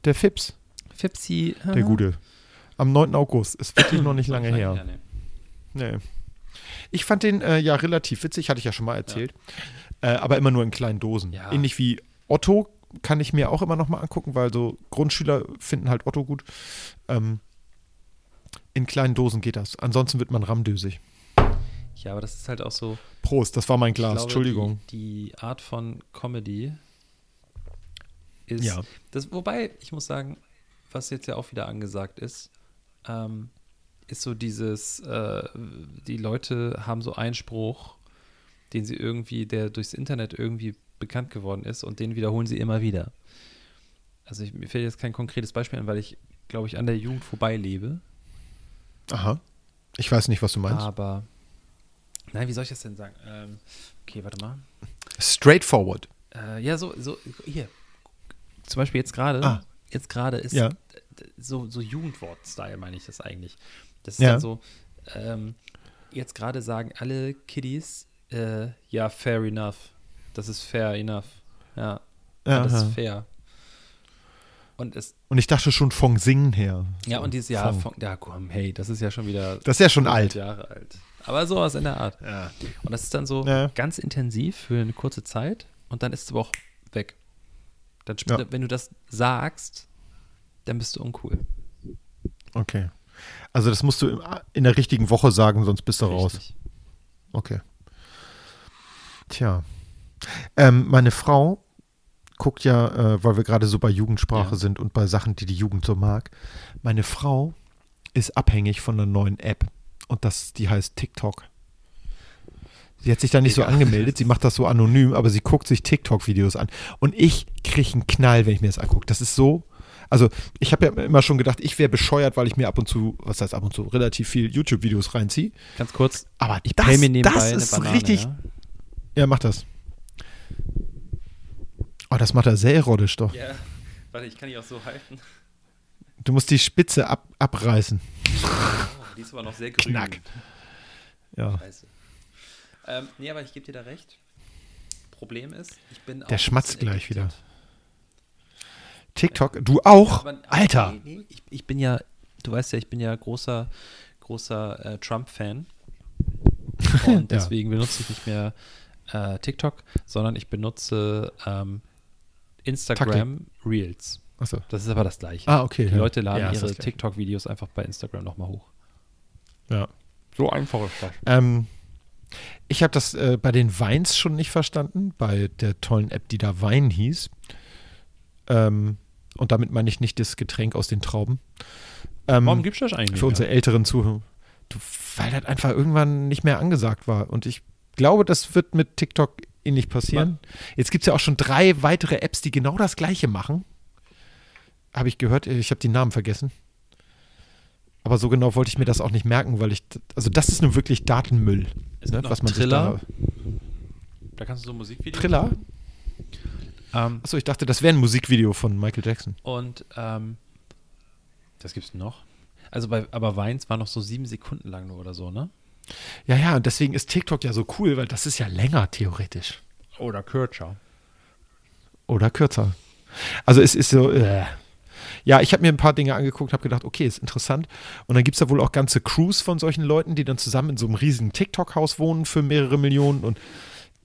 A: Der Fips, Mhm.
B: Fipsi.
A: der Gute. Am 9. August. Ist wirklich noch nicht lange her.
B: nee.
A: Nee. Ich fand den äh, ja relativ witzig, hatte ich ja schon mal erzählt. Äh, aber immer nur in kleinen Dosen.
B: Ja.
A: Ähnlich wie Otto kann ich mir auch immer noch mal angucken, weil so Grundschüler finden halt Otto gut. Ähm, in kleinen Dosen geht das. Ansonsten wird man ramdösig.
B: Ja, aber das ist halt auch so.
A: Prost, das war mein
B: ich
A: Glas.
B: glaube,
A: Entschuldigung.
B: Die, die Art von Comedy ist.
A: Ja.
B: Das, wobei, ich muss sagen, was jetzt ja auch wieder angesagt ist, ähm, ist so dieses, äh, die Leute haben so einen Spruch, den sie irgendwie, der durchs Internet irgendwie bekannt geworden ist und den wiederholen sie immer wieder. Also ich, mir fällt jetzt kein konkretes Beispiel an, weil ich, glaube ich, an der Jugend vorbeilebe.
A: Aha. Ich weiß nicht, was du meinst.
B: Aber, nein, wie soll ich das denn sagen? Ähm, okay, warte mal.
A: Straightforward.
B: Äh, ja, so, so, hier. Zum Beispiel jetzt gerade,
A: Ah.
B: jetzt gerade ist
A: Ja.
B: so, so Jugendwort-Style, meine ich das eigentlich. Das ist
A: Ja.
B: dann so, ähm, jetzt gerade sagen alle Kiddies, äh, ja, fair enough. Das ist fair enough. Ja, ja das
A: Aha.
B: ist fair. Und es,
A: Und ich dachte schon vom Singen her.
B: ja,
A: So,
B: und dieses Jahr
A: Song.
B: von, ja, komm, hey, das ist ja schon wieder
A: Das ist ja schon alt.
B: Jahre alt. Aber sowas in der Art. Und das ist dann so
A: Ja.
B: ganz intensiv für eine kurze Zeit und dann ist es aber auch weg. Dann, sp-
A: Ja.
B: Wenn du das sagst, dann bist du uncool.
A: Okay. Also das musst du im- in der richtigen Woche sagen, sonst bist du raus.
B: Richtig.
A: Okay. Tja. Ähm, meine Frau guckt ja, äh, weil wir gerade so bei Jugendsprache
B: Ja.
A: sind und bei Sachen, die die Jugend so mag. Meine Frau ist abhängig von einer neuen App und das, die heißt TikTok. Sie hat sich da nicht so
B: Digga.
A: angemeldet, sie macht das so anonym, aber sie guckt sich TikTok-Videos an. Und ich kriege einen Knall, wenn ich mir das angucke. Das ist so. Also, ich habe ja immer schon gedacht, ich wäre bescheuert, weil ich mir ab und zu, was heißt ab und zu, relativ viel YouTube-Videos reinziehe.
B: Ganz kurz,
A: Aber
B: ich
A: das,
B: pell mir nebenbei
A: das
B: eine
A: ist
B: Banane.
A: richtig. Ja?
B: ja?
A: mach das. Oh, das macht er sehr erotisch doch.
B: ja, warte, ich kann dich auch so halten.
A: Du musst die Spitze ab, abreißen.
B: Oh, die ist aber noch sehr grün.
A: Knack. Ja.
B: Scheiße. Ähm, nee, aber ich gebe dir da recht. Problem ist, ich bin auch
A: Der schmatzt
B: ein bisschen
A: gleich wieder.
B: addicted.
A: TikTok, du auch?
B: Aber- aber
A: Alter.
B: nee, nee, ich, ich bin ja, du weißt ja, ich bin ja großer, großer äh, Trump-Fan. Und
A: Ja.
B: deswegen benutze ich nicht mehr äh, TikTok, sondern ich benutze ähm, Instagram Reels.
A: Achso.
B: Das ist aber das Gleiche.
A: Ah, okay.
B: Die
A: ja.
B: Leute laden
A: Ja, ist
B: ihre
A: das gleich.
B: TikTok-Videos einfach bei Instagram nochmal hoch.
A: Ja.
B: So einfach ist das.
A: Ähm, Ich habe das äh, bei den Weins schon nicht verstanden, bei der tollen App, die da Wein hieß. Ähm, und damit meine ich nicht das Getränk aus den Trauben. Ähm,
B: Warum gibt es das eigentlich?
A: Für
B: nicht
A: unsere älteren Zuhörer. Du, weil das einfach irgendwann nicht mehr angesagt war. Und ich glaube, das wird mit TikTok ähnlich passieren. Jetzt gibt es ja auch schon drei weitere Apps, die genau das gleiche machen. Habe ich gehört, ich habe die Namen vergessen. Aber so genau wollte ich mir das auch nicht merken, weil ich. Also, das ist nun wirklich Datenmüll.
B: Es
A: ne,
B: gibt noch
A: was man sich
B: Triller.
A: da,
B: Da kannst du so Musikvideos.
A: Triller?
B: Ähm,
A: Achso, ich dachte, das wäre ein Musikvideo von Michael Jackson.
B: und ähm, das gibt's noch. Also bei, aber Weins war noch so sieben Sekunden lang nur oder so, ne?
A: Ja, ja, und deswegen ist TikTok ja so cool, weil das ist ja länger theoretisch.
B: Oder kürzer.
A: Oder kürzer. Also es ist so. Äh. Ja, ich habe mir ein paar Dinge angeguckt, habe gedacht, okay, ist interessant. Und dann gibt es da wohl auch ganze Crews von solchen Leuten, die dann zusammen in so einem riesigen TikTok-Haus wohnen für mehrere Millionen und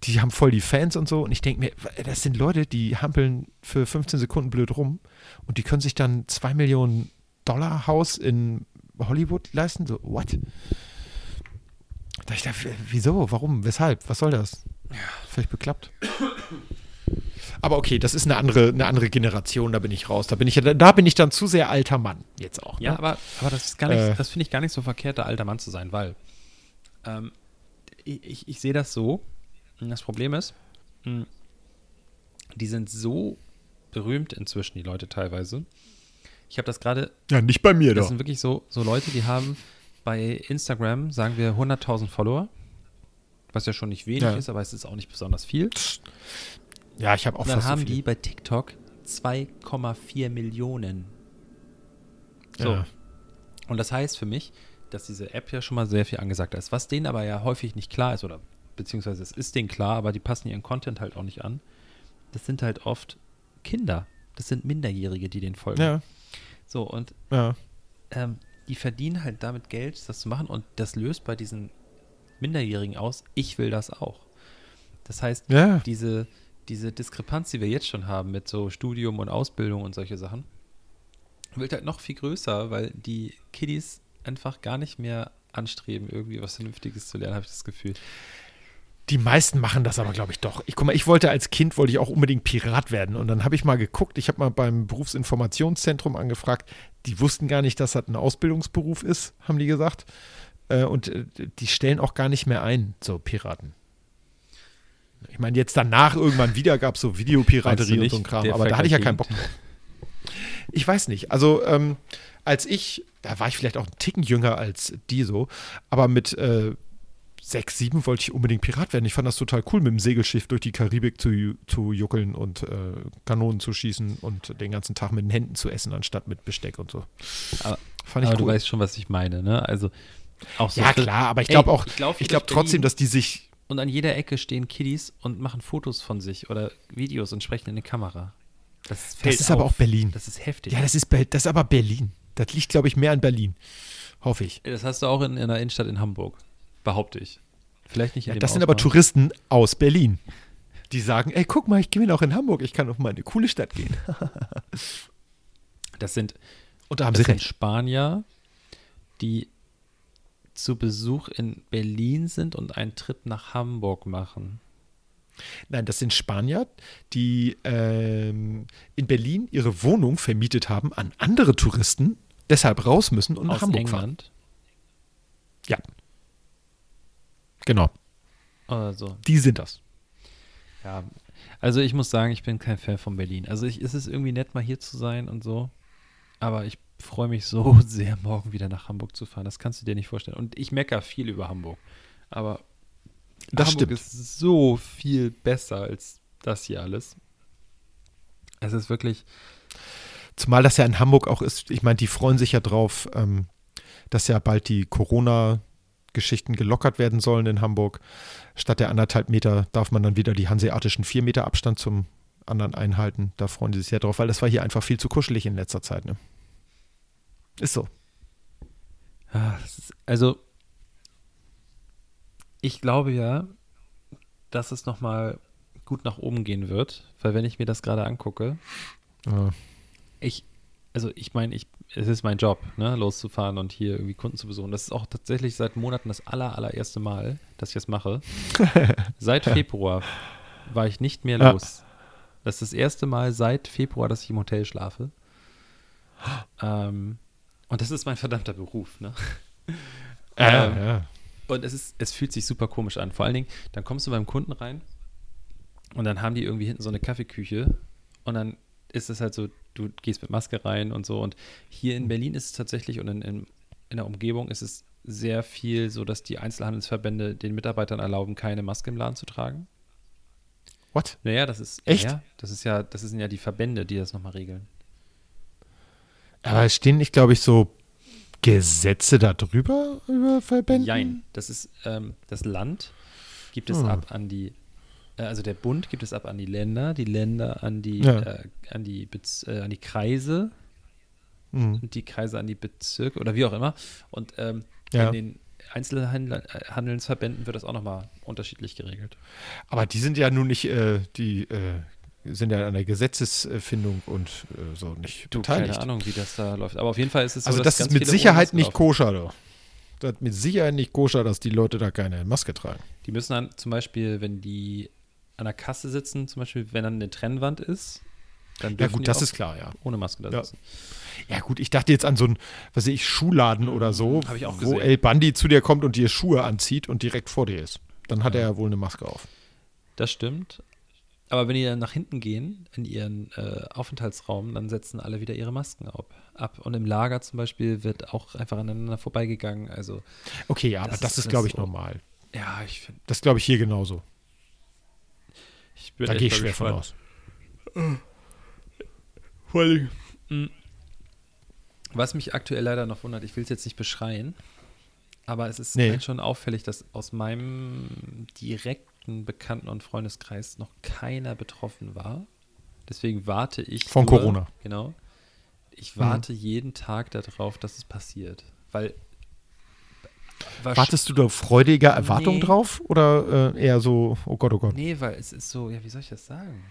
A: die haben voll die Fans und so. Und ich denke mir, das sind Leute, die hampeln für 15 Sekunden blöd rum und die können sich dann 2 Millionen Dollar Haus in Hollywood leisten. So, what? Da ich dachte, wieso, warum, weshalb, was soll das? Vielleicht beklappt. Aber okay, das ist eine andere, eine andere Generation, da bin ich raus. Da bin ich, da bin ich dann zu sehr alter Mann jetzt auch.
B: Ja,
A: ne?
B: aber, aber das ist gar nicht,
A: Äh.
B: das finde ich gar nicht so verkehrt, der alter Mann zu sein, weil ähm, ich, ich, ich sehe das so. Und Das Problem ist, mh, die sind so berühmt inzwischen, die Leute teilweise. Ich habe das gerade
A: ja nicht bei mir
B: Das sind wirklich so, so Leute, die haben bei Instagram, sagen wir, 100.000 Follower. Was ja schon nicht wenig
A: Ja.
B: ist, aber es ist auch nicht besonders viel.
A: Ja, ich habe auch
B: Und dann
A: fast
B: haben
A: so
B: die
A: viel.
B: bei TikTok 2,4 Millionen. So.
A: Ja.
B: Und das heißt für mich, dass diese App ja schon mal sehr viel angesagt ist. Was denen aber ja häufig nicht klar ist, oder beziehungsweise es ist denen klar, aber die passen ihren Content halt auch nicht an. Das sind halt oft Kinder. Das sind Minderjährige, die den folgen.
A: Ja,
B: So, und
A: ja.
B: ähm, die verdienen halt damit Geld, das zu machen und das löst bei diesen Minderjährigen aus, ich will das auch. Das heißt,
A: Ja.
B: diese, diese Diskrepanz, die wir jetzt schon haben mit so Studium und Ausbildung und solche Sachen, wird halt noch viel größer, weil die Kiddies einfach gar nicht mehr anstreben, irgendwie was Vernünftiges zu lernen, habe ich das Gefühl.
A: Die meisten machen das aber, glaube ich, doch. Ich guck mal, ich wollte als Kind wollte ich auch unbedingt Pirat werden und dann habe ich mal geguckt. Ich habe mal beim Berufsinformationszentrum angefragt. Die wussten gar nicht, dass das ein Ausbildungsberuf ist, haben die gesagt. Äh, Und äh, die stellen auch gar nicht mehr ein, so Piraten. Ich meine, jetzt danach irgendwann wieder gab es so
B: Meinst du
A: Videopiraterie und
B: nicht,
A: so ein Kram,
B: der
A: aber da hatte ich ja
B: Verkehr
A: keinen Bock drauf. Ich weiß nicht. Also, ähm, als ich, da war ich vielleicht auch einen Ticken jünger als die so, aber mit äh, sechs, sieben wollte ich unbedingt Pirat werden. Ich fand das total cool, mit dem Segelschiff durch die Karibik zu, ju- zu juckeln und äh, Kanonen zu schießen und den ganzen Tag mit den Händen zu essen, anstatt mit Besteck und so.
B: Aber-
A: fand ich
B: aber
A: cool.
B: du weißt schon, was ich meine, ne? Also auch so
A: ja,
B: für-
A: klar, aber ich
B: Ey,
A: glaube auch,
B: ich
A: ich
B: glaub,
A: glaube
B: hier
A: glaub
B: durch Berlin-
A: trotzdem, dass die sich,
B: Und an jeder Ecke stehen Kiddies und machen Fotos von sich oder Videos und sprechen in eine Kamera. Das, fällt
A: ist aber
B: auf.
A: auch Berlin.
B: Das ist heftig.
A: ja, das ist, Be- das ist aber Berlin. Das liegt, glaube ich, mehr an Berlin. Hoffe ich.
B: Das hast du auch in, in der Innenstadt in Hamburg, behaupte ich. Vielleicht nicht in
A: Ja,
B: dem
A: das sind aber
B: Ausmaß.
A: Touristen aus Berlin. Die sagen, ey, guck mal, ich bin auch in Hamburg, ich kann auf meine coole Stadt gehen.
B: Das sind,
A: Und da haben
B: das
A: sie
B: sind
A: recht.
B: Spanier, die zu Besuch in Berlin sind und einen Trip nach Hamburg machen.
A: Nein, das sind Spanier, die ähm, in Berlin ihre Wohnung vermietet haben an andere Touristen, deshalb raus müssen und nach
B: aus
A: Hamburg fahren.
B: England.
A: Ja. Genau,
B: Oder so.
A: die sind das.
B: Ja. Also ich muss sagen, ich bin kein Fan von Berlin. Also ich, es ist irgendwie nett, mal hier zu sein und so. Aber ich freue mich so sehr, morgen wieder nach Hamburg zu fahren. Das kannst du dir nicht vorstellen. Und ich meckere viel über Hamburg. Aber
A: Das
B: Hamburg
A: stimmt.
B: ist so viel besser als das hier alles. Es ist wirklich,
A: Zumal das ja in Hamburg auch ist, ich meine, die freuen sich ja drauf, ähm, dass ja bald die Corona-Geschichten gelockert werden sollen in Hamburg. Statt der anderthalb Meter darf man dann wieder die hanseatischen vier Meter Abstand zum anderen einhalten. Da freuen die sich ja drauf, weil das war hier einfach viel zu kuschelig in letzter Zeit. Ne? Ist so.
B: ah, es ist, also ich glaube ja, dass es nochmal gut nach oben gehen wird, weil wenn ich mir das gerade angucke,
A: Ja.
B: ich, also ich meine, ich, es ist mein Job, ne, loszufahren und hier irgendwie Kunden zu besuchen. Das ist auch tatsächlich seit Monaten das aller, allererste Mal, dass ich das mache. seit Februar war ich nicht mehr
A: Ja.
B: los. Das ist das erste Mal seit Februar, dass ich im Hotel schlafe. Ähm, und das ist mein verdammter Beruf, ne? Ähm,
A: ja, ja.
B: und es, ist, es fühlt sich super komisch an. Vor allen Dingen, dann kommst du beim Kunden rein und dann haben die irgendwie hinten so eine Kaffeeküche und dann ist es halt so, du gehst mit Maske rein und so. Und hier in Berlin ist es tatsächlich und in, in, in der Umgebung ist es sehr viel so, dass die Einzelhandelsverbände den Mitarbeitern erlauben, keine Maske im Laden zu tragen.
A: What?
B: Naja, das ist
A: Echt?
B: Ja, das ist ja, das sind ja die Verbände, die das nochmal regeln.
A: Aber es stehen nicht, glaube ich, so Gesetze da drüber über Verbände?
B: Jein. Das ist ähm, das Land gibt es
A: Hm.
B: ab an die, äh, also der Bund gibt es ab an die Länder, die Länder an die,
A: Ja.
B: äh, an die, Bez, äh, an die Kreise
A: Mhm.
B: und die Kreise an die Bezirke oder wie auch immer. Und ähm,
A: Ja.
B: in den Einzelhandelsverbänden wird das auch nochmal unterschiedlich geregelt.
A: Aber die sind ja nun nicht, äh, die äh, sind ja an der Gesetzesfindung und äh, so nicht beteiligt.
B: keine Ahnung, wie das da läuft. Aber auf jeden Fall ist es so,
A: also das
B: ganz
A: ist mit
B: viele
A: Sicherheit
B: Omas
A: nicht
B: laufen.
A: koscher, doch. Das ist mit Sicherheit nicht koscher, dass die Leute da keine Maske tragen.
B: Die müssen dann zum Beispiel, wenn die an der Kasse sitzen, zum Beispiel, wenn dann eine Trennwand ist, dann
A: Ja
B: dürfen
A: gut,
B: die
A: das
B: auch
A: ist klar, ja.
B: ohne Maske da
A: Ja.
B: sitzen.
A: Ja gut, ich dachte jetzt an so einen, was weiß ich, Schuhladen oder so,
B: Hm, Hab ich auch
A: wo
B: gesehen.
A: El Bandi zu dir kommt und dir Schuhe anzieht und direkt vor dir ist. Dann hat er ja wohl eine Maske auf.
B: Das stimmt. Aber wenn die dann nach hinten gehen, in ihren äh, Aufenthaltsraum, dann setzen alle wieder ihre Masken ab. ab. Und im Lager zum Beispiel wird auch einfach aneinander vorbeigegangen. Also,
A: Okay, ja, aber das,
B: Das ist
A: ist, glaube ich,
B: so.
A: normal.
B: ja, ich finde,
A: Das glaube ich hier genauso.
B: ich bin
A: Da
B: echt
A: gehe ich
B: mal
A: schwer von
B: gespannt.
A: aus.
B: Was mich aktuell leider noch wundert, ich will es jetzt nicht beschreien, aber es ist
A: Nee.
B: halt schon auffällig, dass aus meinem direkten Bekannten- und Freundeskreis noch keiner betroffen war. Deswegen warte ich.
A: Von Corona. Mhm.
B: Genau. Ich warte jeden Tag darauf, dass es passiert. Weil.
A: Wartest du da freudiger Erwartung
B: Nee.
A: drauf oder äh, eher so, oh Gott, oh Gott?
B: Nee, weil es ist so, ja, wie soll ich das sagen?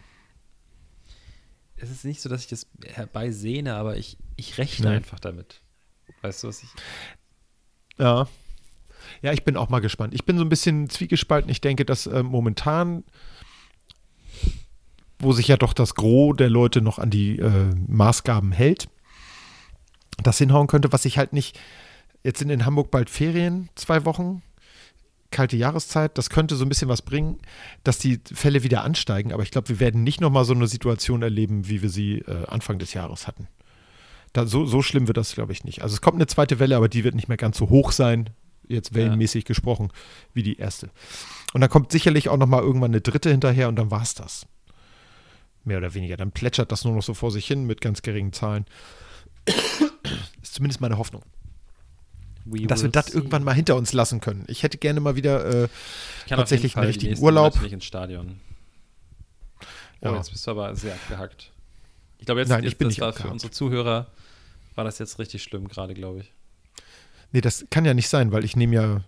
B: Es ist nicht so, dass ich das herbeisehne, aber ich, ich rechne
A: Nee.
B: einfach damit. Weißt du, was ich.
A: Ja. Ja, ich bin auch mal gespannt. Ich bin so ein bisschen zwiegespalten. Ich denke, dass äh, momentan, wo sich ja doch das Gros der Leute noch an die äh, Maßgaben hält, das hinhauen könnte, was ich halt nicht. Jetzt sind in Hamburg bald Ferien, zwei Wochen, kalte Jahreszeit. Das könnte so ein bisschen was bringen, dass die Fälle wieder ansteigen. Aber ich glaube, wir werden nicht nochmal so eine Situation erleben, wie wir sie äh, Anfang des Jahres hatten. Da, so, so schlimm wird das, glaube ich, nicht. Also es kommt eine zweite Welle, aber die wird nicht mehr ganz so hoch sein, jetzt wellenmäßig gesprochen, wie die erste. Und dann kommt sicherlich auch nochmal irgendwann eine dritte hinterher und dann war es das. Mehr oder weniger. Dann plätschert das nur noch so vor sich hin mit ganz geringen Zahlen. Ist zumindest meine Hoffnung.
B: We
A: dass wir
B: will
A: das
B: see.
A: irgendwann mal hinter uns lassen können. Ich hätte gerne mal wieder, äh,
B: Ich kann
A: tatsächlich
B: auf jeden
A: einen richtigen
B: Fall die nächsten
A: Urlaub.
B: Monate Nicht ins Stadion. Oh,
A: Ja.
B: jetzt bist du aber sehr abgehackt. Ich glaube, jetzt,
A: Nein,
B: jetzt
A: ich bin
B: das
A: nicht
B: war für
A: abgehackt.
B: unsere Zuhörer war das jetzt richtig schlimm gerade, glaube ich.
A: nee, das kann ja nicht sein, weil ich nehme ja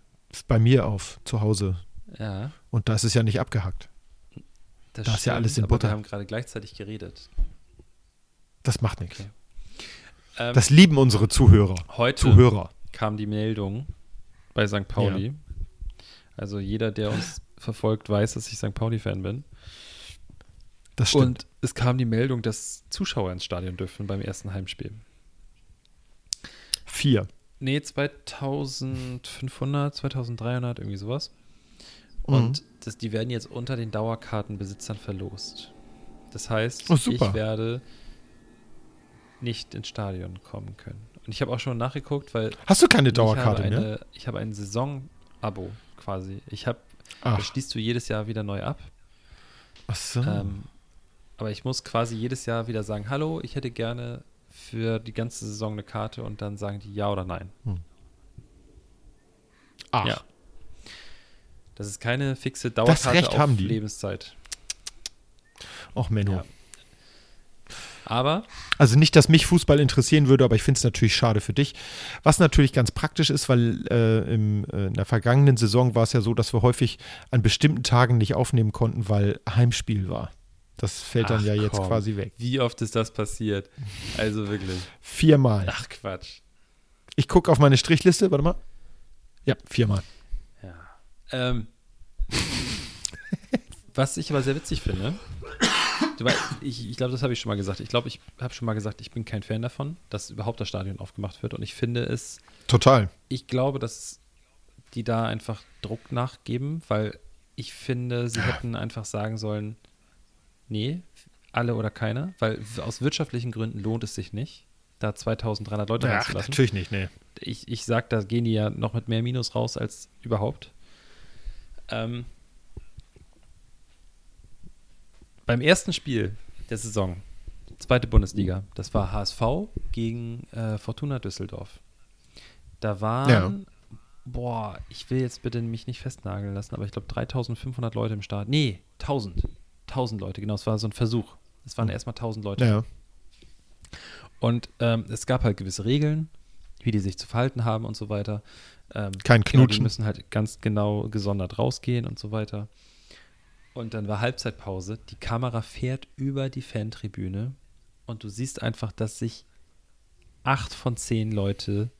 A: bei mir auf, zu Hause.
B: Ja.
A: Und da ist es ja nicht abgehackt. Da ist ja alles in
B: aber
A: Butter.
B: Wir haben gerade gleichzeitig geredet.
A: Das macht nichts.
B: Okay. Ähm,
A: Das lieben unsere Zuhörer.
B: heute
A: Zuhörer.
B: kam die Meldung bei St. Pauli. Also jeder, der uns verfolgt, weiß, dass ich St. Pauli-Fan bin.
A: Das stimmt.
B: Und es kam die Meldung, dass Zuschauer ins Stadion dürfen beim ersten Heimspiel.
A: Vier.
B: Nee, 2500, 2300, irgendwie sowas.
A: Mhm.
B: Und das, die werden jetzt unter den Dauerkartenbesitzern verlost. Das heißt,
A: Oh,
B: ich
A: super.
B: werde nicht ins Stadion kommen können. Und ich habe auch schon nachgeguckt, weil
A: Hast du keine
B: ich
A: Dauerkarte
B: habe
A: mehr?
B: eine, ich habe ein Saison-Abo quasi. Ich habe,
A: Ach,
B: das schließt du jedes Jahr wieder neu ab.
A: ach so.
B: Ähm, aber ich muss quasi jedes Jahr wieder sagen, hallo, ich hätte gerne für die ganze Saison eine Karte und dann sagen die ja oder nein.
A: ach.
B: ja. Das ist keine fixe
A: Das
B: Dauerkarte
A: Recht
B: auf
A: haben die.
B: Lebenszeit.
A: Ach, Menno.
B: Ja. Aber
A: Also nicht, dass mich Fußball interessieren würde, aber ich finde es natürlich schade für dich. Was natürlich ganz praktisch ist, weil äh, im, äh, in der vergangenen Saison war es ja so, dass wir häufig an bestimmten Tagen nicht aufnehmen konnten, weil Heimspiel war. Das fällt dann
B: Ach,
A: ja jetzt
B: komm.
A: quasi weg.
B: Wie oft ist das passiert? Also wirklich.
A: Viermal.
B: Ach Quatsch.
A: Ich gucke auf meine Strichliste, warte mal. Ja, viermal.
B: Ja. Ähm, was ich aber sehr witzig finde, du weißt, ich, ich glaube, das habe ich schon mal gesagt. Ich glaube, ich habe schon mal gesagt, ich bin kein Fan davon, dass überhaupt das Stadion aufgemacht wird. Und ich finde es,
A: Total.
B: ich glaube, dass die da einfach Druck nachgeben, weil ich finde, sie hätten einfach sagen sollen, nee, alle oder keiner, weil aus wirtschaftlichen Gründen lohnt es sich nicht, da 2300 Leute
A: Ach,
B: reinzulassen
A: natürlich nicht, nee.
B: ich, ich sag, da gehen die ja noch mit mehr Minus raus als überhaupt. Ähm, beim ersten Spiel der Saison, zweite Bundesliga, das war HSV gegen äh, Fortuna Düsseldorf. Da waren,
A: Ja.
B: boah, ich will jetzt bitte mich nicht festnageln lassen, aber ich glaube 3500 Leute im Start. Nee, 1000. 1000 Leute, genau, es war so ein Versuch. Es waren erstmal 1000 Leute.
A: Ja.
B: Und ähm, es gab halt gewisse Regeln, wie die sich zu verhalten haben und so weiter. Ähm,
A: Kein
B: Kinder, die
A: Knutschen.
B: müssen halt ganz genau gesondert rausgehen und so weiter. Und dann war Halbzeitpause. Die Kamera fährt über die Fantribüne und du siehst einfach, dass sich acht von zehn Leute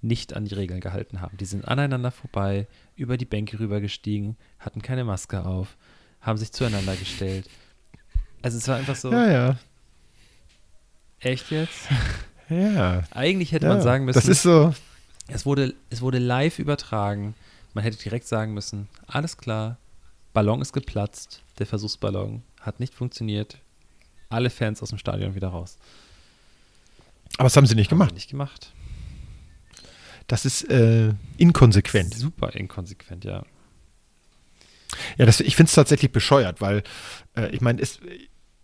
B: nicht an die Regeln gehalten haben. Die sind aneinander vorbei, über die Bänke rübergestiegen, hatten keine Maske auf, haben sich zueinander gestellt. Also es war einfach so,
A: ja, ja.
B: echt jetzt?
A: Ja.
B: Eigentlich hätte
A: ja.
B: man sagen müssen,
A: Das ist so.
B: es, wurde, es wurde live übertragen. Man hätte direkt sagen müssen, alles klar, Ballon ist geplatzt, der Versuchsballon hat nicht funktioniert. Alle Fans aus dem Stadion wieder raus.
A: Aber das haben sie nicht
B: Haben
A: gemacht.
B: sie Nicht gemacht.
A: Das ist äh, inkonsequent.
B: Super inkonsequent, ja.
A: Ja, das, ich finde es tatsächlich bescheuert, weil äh, ich meine, es-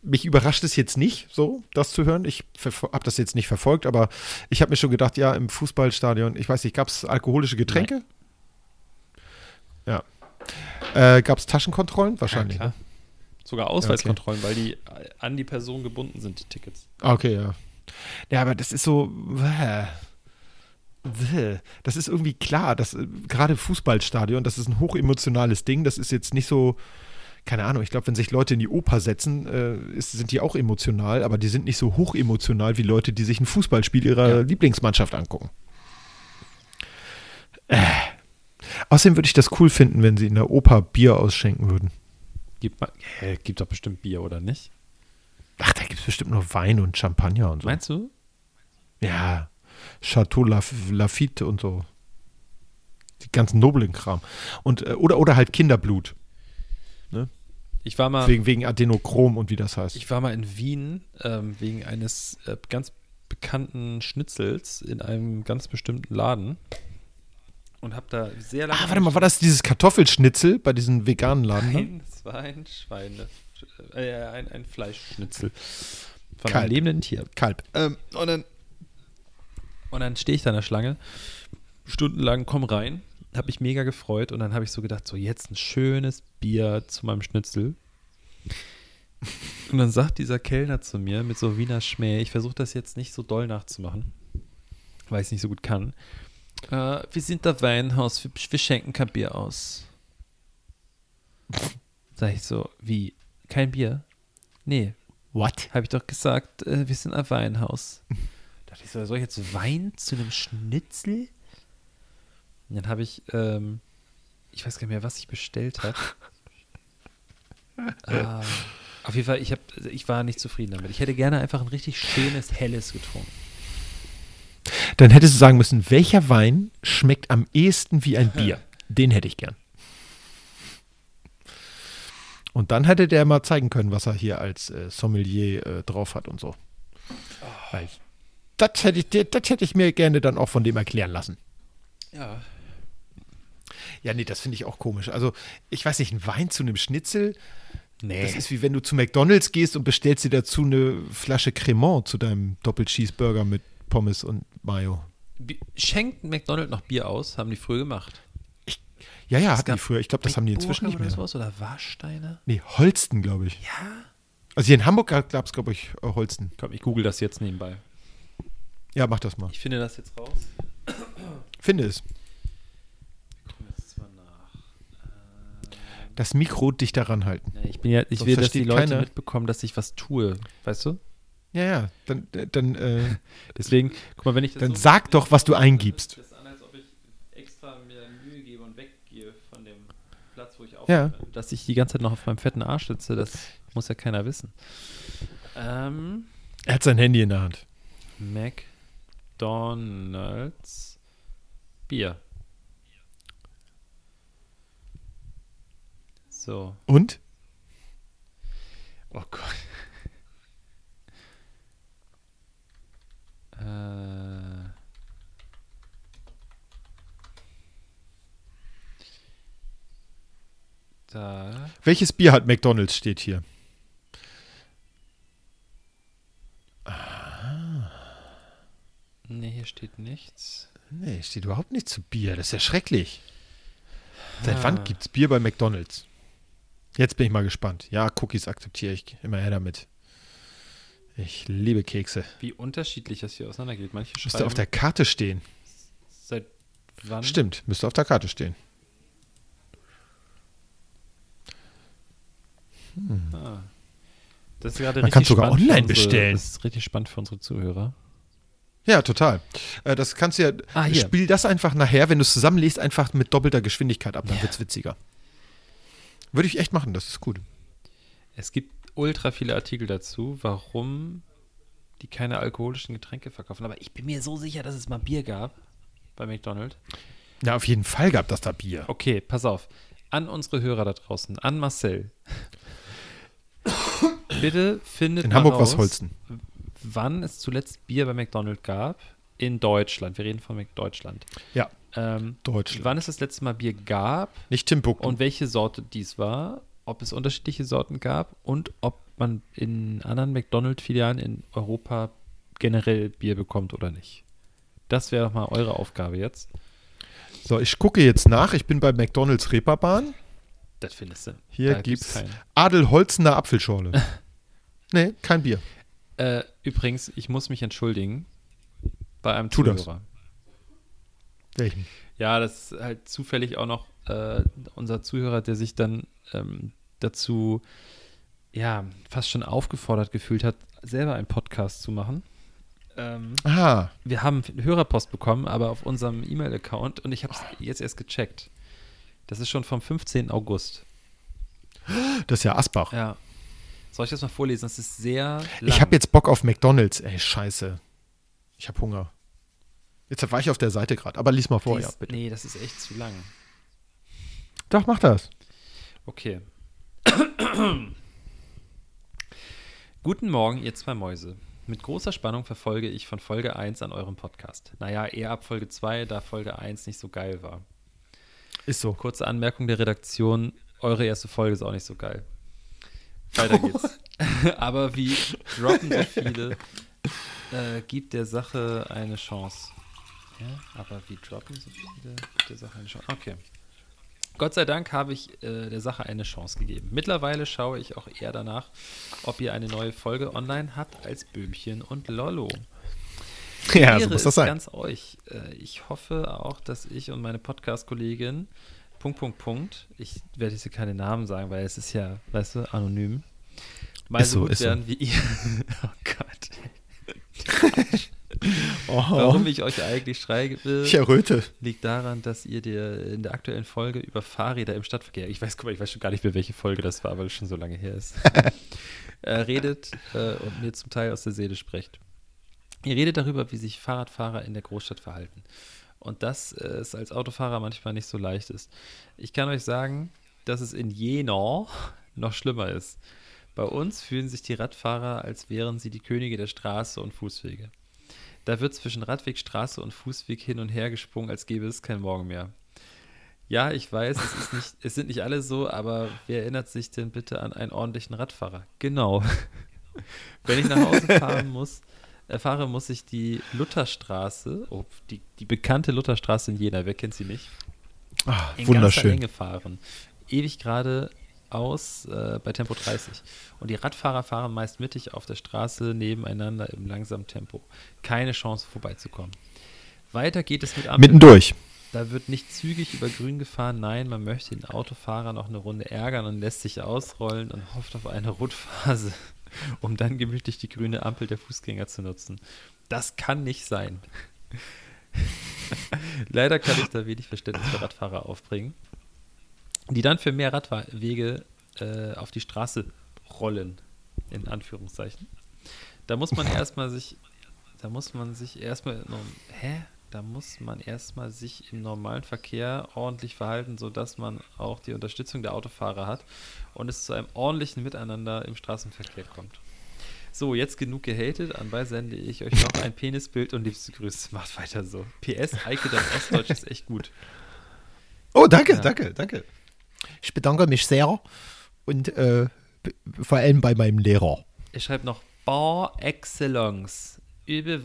A: mich überrascht es jetzt nicht, so das zu hören. Ich habe das jetzt nicht verfolgt, aber ich habe mir schon gedacht, ja, im Fußballstadion, ich weiß nicht, gab es alkoholische Getränke? Ja. Äh, gab es Taschenkontrollen? Wahrscheinlich.
B: Ja,
A: ne?
B: klar. Sogar Ausweiskontrollen, weil die äh, an die Person gebunden sind, die Tickets.
A: Ah, okay, ja. Ja, aber das ist so. äh, äh, Das ist irgendwie klar, dass äh, gerade Fußballstadion, das ist ein hochemotionales Ding. Das ist jetzt nicht so, keine Ahnung, ich glaube, wenn sich Leute in die Oper setzen, äh, ist, sind die auch emotional, aber die sind nicht so hochemotional wie Leute, die sich ein Fußballspiel ihrer
B: Ja.
A: Lieblingsmannschaft angucken. Äh. Außerdem würde ich das cool finden, wenn sie in der Oper Bier ausschenken würden.
B: Gibt, mal, hä, gibt doch bestimmt Bier, oder nicht?
A: Ach, da gibt es bestimmt nur Wein und Champagner und so.
B: Meinst du?
A: Ja, Chateau Laf Lafitte und so. Die ganzen noblen Kram. Und, äh, oder, oder halt Kinderblut.
B: Ich war mal,
A: Wegen, wegen Adenochrom und wie das heißt.
B: Ah. Ich war mal in Wien ähm, wegen eines äh, ganz bekannten Schnitzels in einem ganz bestimmten Laden und habe da sehr lange.
A: ah, warte mal, war das dieses Kartoffelschnitzel bei diesem veganen Laden? Ne?
B: Nein, es war ein Schweine, äh, ein, ein Fleischschnitzel von
A: Kalb.
B: einem lebenden Tier.
A: Kalb.
B: Ähm, und dann, und dann stehe ich da in der Schlange, stundenlang, komm rein, habe mich mega gefreut und dann habe ich so gedacht, so jetzt ein schönes Bier zu meinem Schnitzel. Und dann sagt dieser Kellner zu mir mit so Wiener Schmäh, ich versuche das jetzt nicht so doll nachzumachen, weil ich es nicht so gut kann. Äh, wir sind der Weinhaus, wir, wir schenken kein Bier aus. Sag ich so, wie? Kein Bier? Nee,
A: What?
B: habe ich doch gesagt, äh, wir sind ein Weinhaus. Dachte ich so, soll ich jetzt Wein zu einem Schnitzel? Und dann habe ich, ähm, ich weiß gar nicht mehr, was ich bestellt habe. ah, auf jeden Fall, ich, hab, also ich war nicht zufrieden damit. Ich hätte gerne einfach ein richtig schönes, helles getrunken.
A: Dann hättest du sagen müssen, welcher Wein schmeckt am ehesten wie ein Bier? Den hätte ich gern. Und dann hätte der mal zeigen können, was er hier als äh, Sommelier äh, drauf hat und so. Weil das hätte, ich, dir- das hätte ich mir gerne dann auch von dem erklären lassen.
B: Ja.
A: Ja, nee, das finde ich auch komisch. Also, ich weiß nicht, ein Wein zu einem Schnitzel,
B: Nee.
A: das ist wie wenn du zu McDonalds gehst und bestellst dir dazu eine Flasche Cremant zu deinem Doppel-Cheeseburger mit Pommes und Mayo.
B: Bi- Schenkt McDonald's noch Bier aus? Haben die früher gemacht.
A: Ja, ja,
B: Es
A: hatten die
B: gab
A: früher. Ich glaube, das haben die inzwischen nicht
B: Meckburger
A: mehr.
B: Oder, sowas, oder Warsteiner?
A: Nee, Holsten, glaube ich.
B: Ja.
A: Also hier in Hamburg gab es, glaube ich, äh, Holsten.
B: Komm, ich google das jetzt nebenbei.
A: Ja, mach das mal.
B: Ich finde das jetzt raus.
A: Finde es.
B: Gucken wir jetzt mal nach. Ähm,
A: das Mikro dich daran halten.
B: Nee, Ich bin ja, ich
A: Sonst
B: will, dass die
A: versteht
B: Leute
A: keiner.
B: mitbekommen, dass ich was tue, weißt du?
A: Ja, ja, dann, dann, äh,
B: Deswegen, guck mal, wenn ich das
A: dann
B: so-
A: sag doch, was du eingibst.
B: Das ist an, als ob ich extra mir Mühe gebe und weggehe von dem Platz, wo ich
A: Ja.
B: aufnehme. Dass ich die ganze Zeit noch auf meinem fetten Arsch sitze, das muss ja keiner wissen. Ähm,
A: Er hat sein Handy in der Hand.
B: McDonald's Bier. So.
A: Und?
B: Oh Gott. Äh. Da.
A: Welches Bier hat McDonalds steht hier?
B: Ne, hier steht nichts.
A: Nee, steht überhaupt nicht zu Bier. Das ist ja schrecklich. Seit
B: Ah.
A: wann gibt's Bier bei McDonalds? Jetzt bin ich mal gespannt. Ja, Cookies akzeptiere ich immer her damit. Ich liebe Kekse.
B: Wie unterschiedlich das hier auseinandergeht. Manche schreiben Mhm.
A: Müsste auf der Karte stehen.
B: seit wann.
A: Stimmt, müsste auf der Karte stehen.
B: Ah. Das ist gerade
A: Man
B: richtig
A: kann's sogar
B: spannend für
A: online
B: unsere,
A: bestellen.
B: Das ist richtig spannend für unsere Zuhörer.
A: Ja, total. Äh, Das kannst du ja.
B: Ah, hier.
A: Spiel das einfach nachher, wenn du es zusammenlegst, einfach mit doppelter Geschwindigkeit ab. Dann wird's witziger. Würde ich echt machen, das ist gut.
B: Es gibt ultra viele Artikel dazu, warum die keine alkoholischen Getränke verkaufen. Aber ich bin mir so sicher, dass es mal Bier gab bei McDonald's.
A: Ja, auf jeden Fall gab das da Bier.
B: Okay, pass auf. An unsere Hörer da draußen, an Marcel. Bitte findet
A: In
B: mal
A: Hamburg war's
B: raus,
A: Holzen.
B: wann es zuletzt Bier bei McDonald's gab in Deutschland. Wir reden von Mc- Deutschland.
A: Ja,
B: Ähm,
A: Deutschland.
B: wann es das letzte Mal Bier gab
A: Nicht Timbuktu.
B: und welche Sorte dies war, ob es unterschiedliche Sorten gab und ob man in anderen McDonald-Filialen in Europa generell Bier bekommt oder nicht. Das wäre doch mal eure Aufgabe jetzt.
A: So, ich gucke jetzt nach. Ich bin bei McDonalds Reeperbahn.
B: Das findest du.
A: Hier
B: Da
A: gibt's,
B: keinen.
A: Adelholzener Apfelschorle. nee, kein Bier.
B: Äh, übrigens, ich muss mich entschuldigen bei einem
A: Tu das.
B: Zuhörer.
A: Welchen?
B: Ja, das ist halt zufällig auch noch äh, unser Zuhörer, der sich dann ähm, dazu ja fast schon aufgefordert gefühlt hat, selber einen Podcast zu machen. Ähm,
A: Aha.
B: wir haben Hörerpost bekommen, aber auf unserem E-Mail-Account und ich habe es jetzt erst gecheckt. Das ist schon vom 15. August.
A: Das ist ja Asbach.
B: Ja. Soll ich das mal vorlesen? Das ist sehr Äh, lang.
A: ich habe jetzt Bock auf McDonalds. Ey, scheiße. Ich habe Hunger. Jetzt war ich auf der Seite gerade. Aber lies mal vor,
B: Dies,
A: ja, bitte.
B: Nee, das ist echt zu lang.
A: Doch, mach das.
B: Okay. Guten Morgen, ihr zwei Mäuse. Mit großer Spannung verfolge ich von Folge 1 an eurem Podcast. Naja, eher ab Folge 2, da Folge 1 nicht so geil war.
A: Ist so.
B: Kurze Anmerkung der Redaktion: Eure erste Folge ist auch nicht so geil. Weiter geht's. Aber wie droppen so viele, äh, gibt der Sache eine Chance. Ja, aber wie droppen so viele, gibt der Sache eine Chance. Okay. Gott sei Dank habe ich äh, der Sache eine Chance gegeben. Mittlerweile schaue ich auch eher danach, ob ihr eine neue Folge online habt als Böhmchen und Lollo.
A: Ja, so
B: Ehre
A: muss
B: ist
A: das sein.
B: ganz euch. Äh, Ich hoffe auch, dass ich und meine Podcast-Kollegin Punkt, Punkt, Punkt, ich werde jetzt hier keine Namen sagen, weil es ist ja, weißt du, anonym, mal
A: Ist
B: so,
A: so,
B: gut
A: ist so.
B: werden wie ihr. Oh Gott.
A: Oh,
B: Warum ich euch eigentlich schreibe,
A: ich erröte.
B: liegt daran, dass ihr dir in der aktuellen Folge über Fahrräder im Stadtverkehr, ich weiß, guck mal, ich weiß schon gar nicht mehr, welche Folge das war, weil es schon so lange her ist, äh, redet äh, und mir zum Teil aus der Seele sprecht. Ihr redet darüber, wie sich Fahrradfahrer in der Großstadt verhalten. Und dass äh, es als Autofahrer manchmal nicht so leicht ist. Ich kann euch sagen, dass es in Jena noch schlimmer ist. Bei uns fühlen sich die Radfahrer, als wären sie die Könige der Straße und Fußwege. Da wird zwischen Radweg, Straße und Fußweg hin und her gesprungen, als gäbe es kein Morgen mehr. Ja, ich weiß, es, ist nicht, es sind nicht alle so, aber wer erinnert sich denn bitte an einen ordentlichen Radfahrer? Genau. Wenn ich nach Hause fahren muss, erfahre, muss ich die Lutherstraße, oh, die, die bekannte Lutherstraße in Jena, wer kennt sie nicht?
A: Ah,
B: in ganzer
A: wunderschön.
B: Länge fahren. Ewig geradeaus äh, bei Tempo 30. Und die Radfahrer fahren meist mittig auf der Straße nebeneinander im langsamen Tempo. Keine Chance vorbeizukommen. Weiter geht es mit Ampeln.
A: Mittendurch.
B: Da wird nicht zügig über grün gefahren. Nein, man möchte den Autofahrer noch eine Runde ärgern und lässt sich ausrollen und hofft auf eine Rotphase, um dann gemütlich die grüne Ampel der Fußgänger zu nutzen. Das kann nicht sein. Leider kann ich da wenig Verständnis für Radfahrer aufbringen, die dann für mehr Radwege äh, auf die Straße rollen, in Anführungszeichen. Da muss man erstmal sich, da muss man sich erstmal, hä? Da muss man erstmal sich im normalen Verkehr ordentlich verhalten, sodass man auch die Unterstützung der Autofahrer hat und es zu einem ordentlichen Miteinander im Straßenverkehr kommt. So, jetzt genug gehatet. Anbei sende ich euch noch ein Penisbild und liebste Grüße. Macht weiter so. PS, Eike, dein Ostdeutsch ist echt gut.
A: Oh, danke, ja. danke, danke. Ich bedanke mich sehr und äh, vor allem bei meinem Lehrer.
B: Ich schreibe noch Bar Excellence. Übe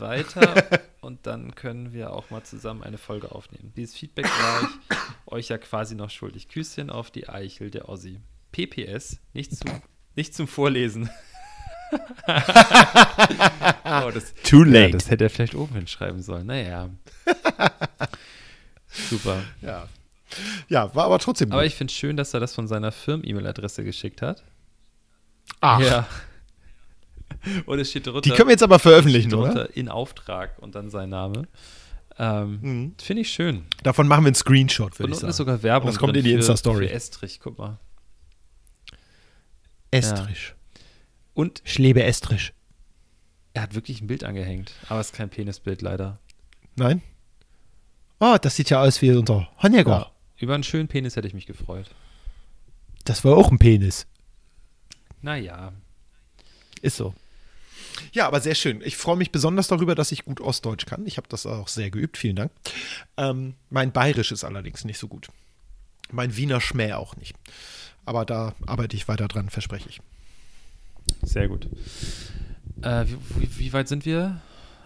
B: weiter und dann können wir auch mal zusammen eine Folge aufnehmen. Dieses Feedback war ich euch ja quasi noch schuldig. Küsschen auf die Eichel der Ossi. PPS, nicht, zu, nicht zum Vorlesen.
A: oh, das, Too late. Ja,
B: das hätte er vielleicht oben hinschreiben sollen. Naja. Super.
A: Ja. ja, war aber trotzdem.
B: Gut. Aber ich finde es schön, dass er das von seiner Firmen-E-Mail-Adresse geschickt hat.
A: Ach. Ja.
B: Und es steht drunter.
A: Die können wir jetzt aber veröffentlichen,
B: drunter,
A: oder?
B: In Auftrag und dann sein Name. Ähm, mhm. Finde ich schön.
A: Davon machen wir einen Screenshot, würde ich sagen.
B: ist sogar Werbung.
A: Und das kommt in die Insta-Story.
B: Estrich, guck mal.
A: Estrich. Ja.
B: Und
A: ich lebe estrisch.
B: Er hat wirklich ein Bild angehängt, aber es ist kein Penisbild leider.
A: Nein? Oh, das sieht ja aus wie unser Honegger. Ja,
B: über einen schönen Penis hätte ich mich gefreut.
A: Das war auch ein Penis.
B: Naja.
A: Ist so. Ja, aber sehr schön. Ich freue mich besonders darüber, dass ich gut Ostdeutsch kann. Ich habe das auch sehr geübt, vielen Dank. Ähm, mein Bayerisch ist allerdings nicht so gut. Mein Wiener Schmäh auch nicht. Aber da arbeite ich weiter dran, verspreche ich.
B: Sehr gut. Äh, wie, wie, wie, weit sind wir?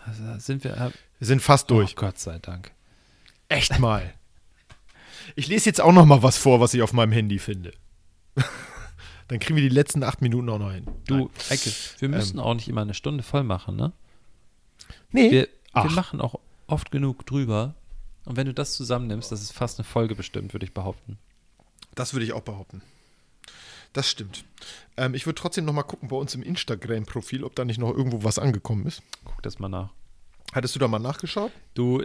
B: Also sind wir, äh,
A: wir sind fast durch.
B: Oh, Gott sei Dank.
A: Echt mal. Ich lese jetzt auch noch mal was vor, was ich auf meinem Handy finde. Dann kriegen wir die letzten acht Minuten auch noch hin.
B: Du, Nein. Eike, wir müssen ähm, auch nicht immer eine Stunde voll machen, ne?
A: Nee.
B: Wir, wir machen auch oft genug drüber. Und wenn du das zusammennimmst, das ist fast eine Folge bestimmt, würde ich behaupten.
A: Das würde ich auch behaupten. Das stimmt. Ähm, ich würde trotzdem noch mal gucken bei uns im Instagram-Profil, ob da nicht noch irgendwo was angekommen ist.
B: Guck das mal nach.
A: Hattest du da mal nachgeschaut?
B: Du.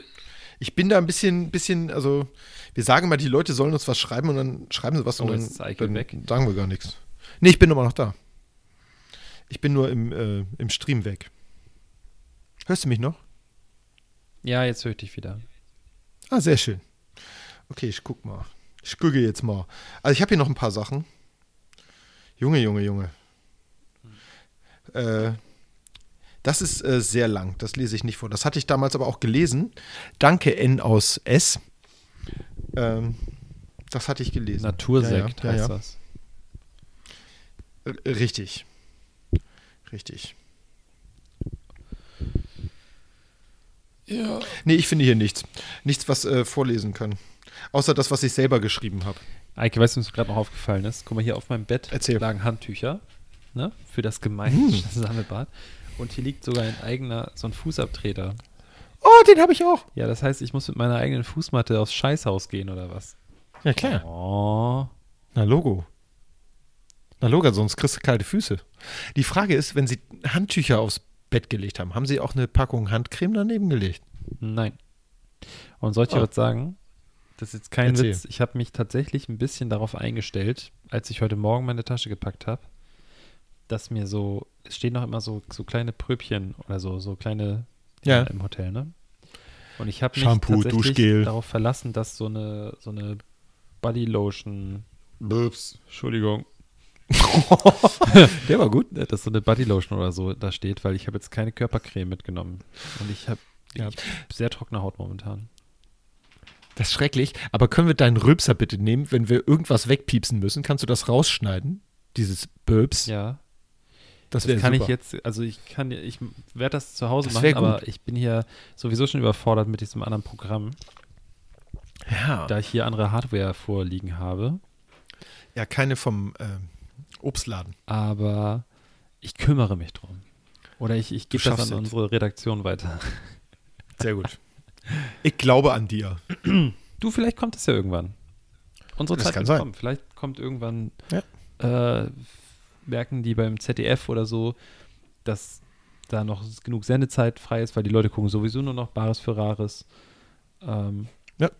A: Ich bin da ein bisschen, bisschen, also wir sagen mal, die Leute sollen uns was schreiben und dann schreiben sie was oh, und dann, dann weg. sagen wir gar nichts. Nee, ich bin immer noch da. Ich bin nur im, äh, im Stream weg. Hörst du mich noch?
B: Ja, jetzt höre ich dich wieder.
A: Ah, sehr schön. Okay, ich guck mal. Ich gucke jetzt mal. Also ich habe hier noch ein paar Sachen. Junge, Junge, Junge. Äh, das ist äh, sehr lang, das lese ich nicht vor. Das hatte ich damals aber auch gelesen. Danke, N aus S. Ähm, das hatte ich gelesen.
B: Natursekt ja, ja, ja, heißt das.
A: R Äh, richtig. Richtig.
B: Ja.
A: Nee, ich finde hier nichts. Nichts, was äh, vorlesen kann. Außer das, was ich selber geschrieben habe.
B: Eike, weißt du, was mir gerade noch aufgefallen ist? Guck mal, hier auf meinem Bett
A: Erzähl.
B: lagen Handtücher ne? für das gemeinsame Sammelbad. Und hier liegt sogar ein eigener, so ein Fußabtreter.
A: Oh, den habe ich auch.
B: Ja, das heißt, ich muss mit meiner eigenen Fußmatte aufs Scheißhaus gehen oder was?
A: Ja, klar.
B: Oh.
A: Na, Logo. Na, Logo, sonst kriegst du kalte Füße. Die Frage ist, wenn sie Handtücher aufs Bett gelegt haben, haben sie auch eine Packung Handcreme daneben gelegt?
B: Nein. Und sollte ich oh. was sagen? Das ist jetzt kein Erzähl. Witz. Ich habe mich tatsächlich ein bisschen darauf eingestellt, als ich heute Morgen meine Tasche gepackt habe, dass mir so, es stehen noch immer so, so kleine Pröbchen oder so, so kleine
A: ja.
B: im Hotel, ne? Und ich habe mich
A: Shampoo,
B: tatsächlich
A: Duschgel.
B: darauf verlassen, dass so eine, so eine Body Lotion.
A: Böps.
B: Entschuldigung. äh,
A: Der war gut.
B: Dass so eine Body Lotion oder so da steht, weil ich habe jetzt keine Körpercreme mitgenommen. Und ich habe ja. hab sehr trockene Haut momentan.
A: Das ist schrecklich. Aber können wir deinen Rülpser bitte nehmen, wenn wir irgendwas wegpiepsen müssen? Kannst du das rausschneiden? Dieses Böps?
B: Ja.
A: Das, das
B: kann
A: super.
B: ich jetzt, also ich kann, ich werde das zu Hause das machen, aber ich bin hier sowieso schon überfordert mit diesem anderen Programm.
A: Ja.
B: Da ich hier andere Hardware vorliegen habe.
A: Ja, keine vom äh, Obstladen.
B: Aber ich kümmere mich drum. Oder ich, ich gebe das an
A: es.
B: unsere Redaktion weiter.
A: Sehr gut. Ich glaube an dir.
B: Du, vielleicht kommt es ja irgendwann. Unsere
A: Das
B: Zeit
A: kann
B: wird
A: sein.
B: kommen. Vielleicht kommt irgendwann, äh, merken die beim ZDF oder so, dass da noch genug Sendezeit frei ist, weil die Leute gucken sowieso nur noch Bares für Rares. Ähm,
A: Ja.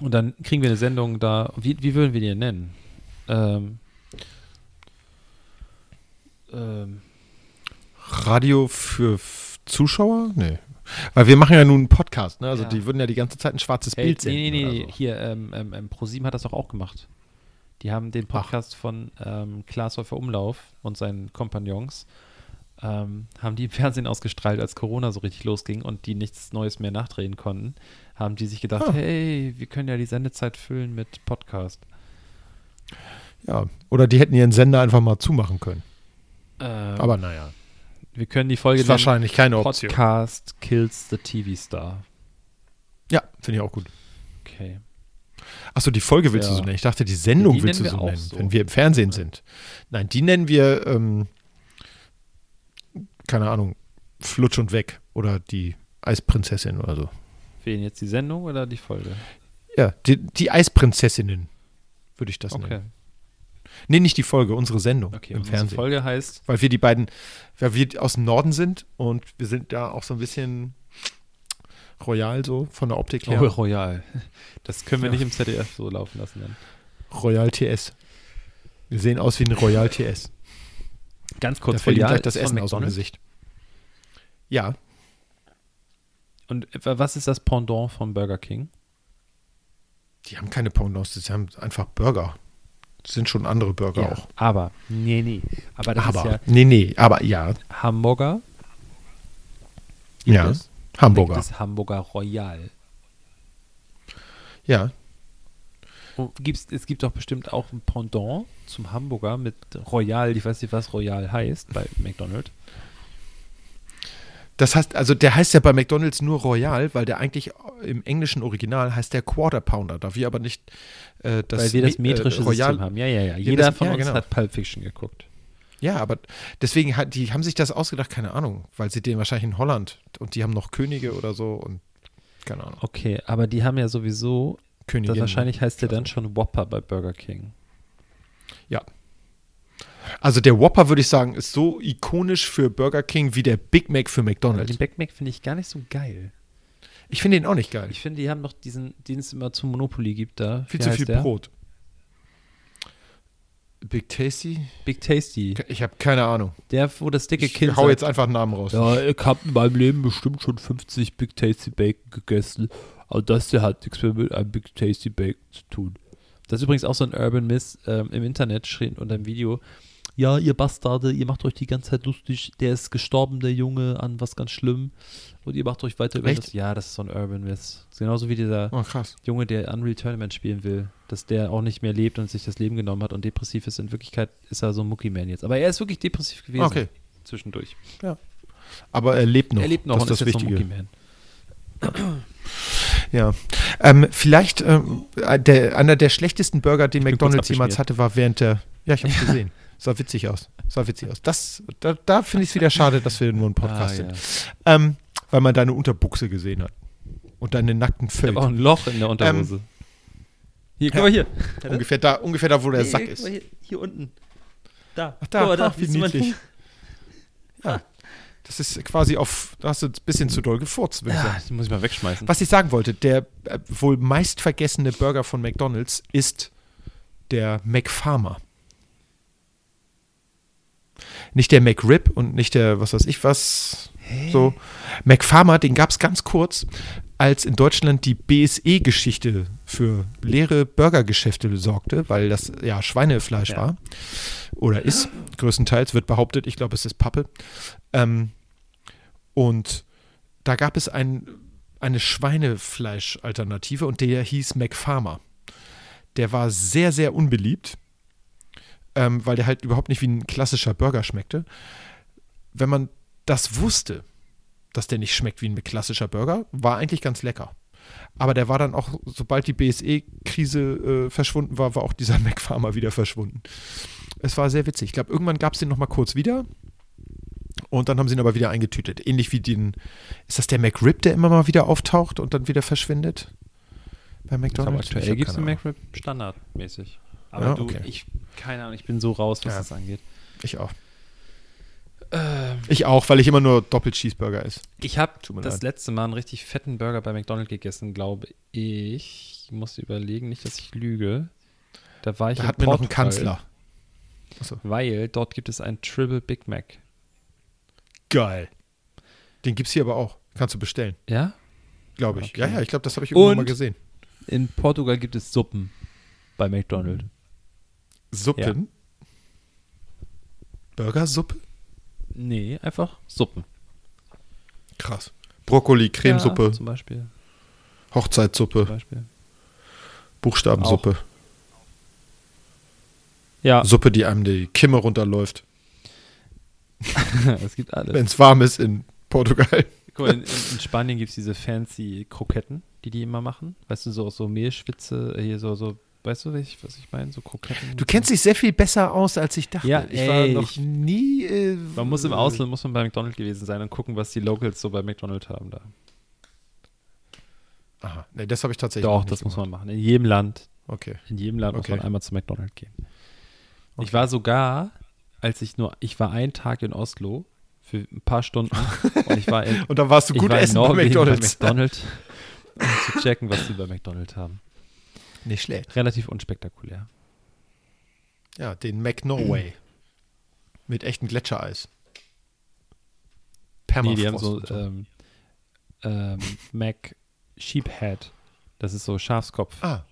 B: Und dann kriegen wir eine Sendung da. Wie, wie würden wir die denn nennen? Ähm, ähm,
A: Radio für F Zuschauer? Nee. Weil wir machen ja nun einen Podcast, ne? Also
B: Ja.
A: die würden ja die ganze Zeit ein schwarzes
B: Hey,
A: Bild sehen.
B: nee, nee, nee,
A: Oder so.
B: hier, ähm, ähm, ähm, ProSieben hat das doch auch gemacht. Die haben den Podcast von ähm, Klaas Häufer Umlauf und seinen Kompagnons, ähm, haben die im Fernsehen ausgestrahlt, als Corona so richtig losging und die nichts Neues mehr nachdrehen konnten, haben die sich gedacht,
A: Ah.
B: hey, wir können ja die Sendezeit füllen mit Podcast.
A: Ja. Oder die hätten ihren Sender einfach mal zumachen können.
B: Ähm,
A: Aber naja.
B: wir können die Folge
A: Ist wahrscheinlich keine
B: nennen,
A: Option.
B: Podcast kills the TV Star.
A: Ja, finde ich auch gut.
B: Okay.
A: Achso, die Folge willst
B: Ja.
A: du so nennen. Ich dachte, die Sendung
B: Ja, die
A: willst du
B: nennen
A: so
B: wir auch
A: nennen,
B: so.
A: wenn wir im Fernsehen
B: Ja.
A: sind. Nein, die nennen wir, ähm, keine Ahnung, Flutsch und Weg oder die Eisprinzessin oder so.
B: Wen jetzt die Sendung oder die Folge?
A: Ja, die, die Eisprinzessinnen würde ich das
B: Okay.
A: nennen. Nee, nicht die Folge, unsere Sendung
B: Okay,
A: im
B: unsere
A: Fernsehen.
B: Folge heißt
A: Weil wir die beiden, weil wir aus dem Norden sind und wir sind da auch so ein bisschen royal so von der Optik her.
B: Oh, Royal. Das können wir
A: Ja.
B: nicht im ZDF so laufen lassen. Dann.
A: Royal TS. Wir sehen aus wie ein Royal TS.
B: Ganz
A: Da
B: kurz,
A: fällt ihm
B: Royal
A: gleich das
B: ist
A: Essen
B: von
A: aus ne? dem
B: McDonald's.
A: Gesicht. Ja,
B: Und äh, was ist das Pendant von Burger King?
A: die haben keine Pendants, die haben einfach Burger. Das sind schon andere Burger auch.
B: Aber, nee, nee. Aber das
A: Aber,
B: ist
A: nee, nee, aber ja.
B: ja Hamburger.
A: Ja,
B: es?
A: Hamburger.
B: Das Hamburger Royal.
A: Ja,
B: Und Gibt's, es gibt doch bestimmt auch ein Pendant zum Hamburger mit Royal. Ich weiß nicht, was Royal heißt bei McDonald's.
A: Das heißt, also der heißt ja bei McDonalds nur Royal, weil der eigentlich im englischen Original heißt der Quarter Pounder. Da wir aber nicht äh, das,
B: Weil wir das
A: Me-
B: metrische
A: äh, Royal,
B: System haben. Ja, ja, ja.
A: Wir
B: Jeder
A: wissen-
B: von
A: ja,
B: uns
A: genau.
B: hat Pulp Fiction geguckt.
A: Ja, aber deswegen hat, die haben sich das ausgedacht, keine Ahnung, weil sie den wahrscheinlich in Holland und die haben noch Könige oder so und keine Ahnung.
B: Okay, aber die haben ja sowieso, das
A: Königin.
B: wahrscheinlich heißt der dann schon Whopper bei Burger King.
A: Also der Whopper würde ich sagen, ist so ikonisch für Burger King wie der Big Mac für
B: Aber
A: McDonalds.
B: Den Big Mac finde ich gar nicht so geil.
A: Ich finde den auch nicht geil.
B: Ich finde, die haben noch diesen, den es immer zu Monopoly gibt da.
A: Viel
B: Wie
A: zu
B: heißt
A: viel
B: der?
A: Brot. Big Tasty?
B: Big Tasty.
A: Ich habe keine Ahnung.
B: Der, wo das dicke
A: Ich
B: Kind
A: hau
B: sagt,
A: jetzt einfach einen Namen raus.
D: Ja, ich habe in meinem Leben bestimmt schon 50 Big Tasty Bacon gegessen, aber das hier hat nichts mehr mit einem Big Tasty Bacon zu tun.
B: Das ist übrigens auch so ein Urban Myth ähm, im Internet, schrieb unter dem Video. Ja, ihr Bastarde, ihr macht euch die ganze Zeit lustig. Der ist gestorben, der Junge, an was ganz schlimm. Und ihr macht euch weiter über
A: Echt?
B: das. Ja, das ist so ein Urban Myth. Ist Genauso wie dieser
A: Oh, krass.
B: Junge, der Unreal Tournament spielen will, dass der auch nicht mehr lebt und sich das Leben genommen hat und depressiv ist. In Wirklichkeit ist er so ein Mookie-Man jetzt. Aber er ist wirklich depressiv gewesen.
A: Okay.
B: Zwischendurch.
A: Aber er lebt noch.
B: er lebt noch
A: das
B: und
A: ist das
B: jetzt so ein
A: Wichtige.
B: Mookie-Man.
A: Ja. Ähm, vielleicht ähm, der, einer der schlechtesten Burger, den McDonald's
B: kurz
A: jemals hatte, war während der. Ja, ich habe gesehen. Sah witzig aus. Sah witzig aus. Das, da da finde ich es wieder schade, dass wir nur ein Podcast
B: Ah,
A: sind.
B: ja.
A: Ähm, weil man deine Unterbuchse gesehen hat. Und deine nackten
B: Ich
A: Feld.
B: habe auch ein Loch in der
A: Ähm,
B: Unterhose. hier, guck mal hier.
A: Ungefähr da, ungefähr da, wo der
B: Nee,
A: Sack
B: guck mal
A: ist.
B: Hier, hier unten. Da.
A: Ach, da,
B: Guck mal,
A: ach, wie
B: siehst du mein-
A: niedlich. Das ist quasi auf. Da hast du ein bisschen zu doll gefurzt, würde ich sagen.
B: Ja, die muss ich mal wegschmeißen.
A: Was ich sagen wollte, der äh, wohl meist vergessene Burger von McDonald's ist der McFarmer. Nicht der McRib und nicht der, was weiß ich was. So. McFarmer, den gab es ganz kurz, als in Deutschland die BSE-Geschichte für leere Burgergeschäfte sorgte, weil das ja Schweinefleisch
B: Ja.
A: war. Oder ist, größtenteils, wird behauptet. Ich glaube, es ist Pappe. Ähm, und da gab es ein, eine Schweinefleischalternative und der hieß McFarmer. Der war sehr, sehr unbeliebt, ähm, weil der halt überhaupt nicht wie ein klassischer Burger schmeckte. Wenn man das wusste, dass der nicht schmeckt wie ein klassischer Burger, war eigentlich ganz lecker. Aber der war dann auch, sobald die BSE-Krise äh, verschwunden war, war auch dieser McFarmer wieder verschwunden. Es war sehr witzig. Ich glaube, irgendwann gab es den nochmal kurz wieder. Und dann haben sie ihn aber wieder eingetütet. Ähnlich wie den, ist das der McRib, der immer mal wieder auftaucht und dann wieder verschwindet? bei McDonalds? Ich
B: aktuell
A: hab
B: gibt es
A: keine
B: einen
A: Ahnung.
B: McRib standardmäßig. Aber
A: Ja,
B: du,
A: okay.
B: ich, keine Ahnung, ich bin so raus, was
A: Ja.
B: das angeht.
A: Ich auch. Ich auch, weil ich immer nur Doppel-Cheeseburger esse.
B: Ich habe
A: Tut mir
B: das
A: leid.
B: letzte Mal einen richtig fetten Burger bei McDonald's gegessen, glaube ich. Ich muss überlegen, nicht, dass ich lüge. Da war ich
A: Da
B: in
A: hat mir noch ein
B: Portugal,
A: Kanzler.
B: Weil dort gibt es ein Triple Big Mac.
A: Geil. Den gibt's hier aber auch. Kannst du bestellen,
B: Ja?
A: glaube ich.
B: Okay.
A: Ja, ja, ich glaube, das habe ich irgendwann mal
D: Und?
A: gesehen.
D: In Portugal gibt es Suppen bei McDonald's.
A: Suppen? Burgersuppe?
B: Nee, einfach Suppen.
A: Krass. Brokkoli, Cremesuppe,
B: Ja, zum Beispiel. Zum
A: Hochzeitssuppe,
B: Beispiel.
A: Buchstabensuppe.
B: Ja,
A: Suppe, die einem die Kimme runterläuft,
B: es gibt alles.
A: wenn es warm ist in Portugal.
B: Guck mal, in, in, in Spanien gibt es diese fancy Kroketten, die die immer machen. Weißt du, so aus so Mehlschwitze, äh, hier so, so weißt du, was ich, was ich meine? So Kroketten.
A: Du kennst dich sehr viel besser aus, als ich dachte.
B: Ja,
A: ich war
B: ey,
A: noch
B: ich-
A: nie. Äh,
B: Man muss im Ausland, muss man bei McDonald's gewesen sein und gucken, was die Locals so bei McDonald's haben da.
A: Aha, nee, das habe ich tatsächlich.
B: Doch,
A: noch nicht
B: das muss
A: gemacht.
B: man machen. In jedem Land,
A: Okay.
B: in jedem Land
A: Okay.
B: muss man einmal zu McDonald's gehen. Ich war sogar, als ich nur, ich war einen Tag in Oslo für ein paar Stunden und ich war in,
A: Und dann warst du
B: ich
A: gut
B: war in
A: essen bei
B: Norwegen
A: McDonalds.
B: bei McDonald's, um zu checken, was die bei McDonald's haben.
A: Nicht schlecht.
B: Relativ unspektakulär.
A: Ja, den Mac Norway. Mit echtem Gletschereis.
B: Nee,
A: Permafrost.
B: die haben so
A: und
B: ähm, ähm, Mac Sheephead. Das ist so Schafskopf.
A: ah.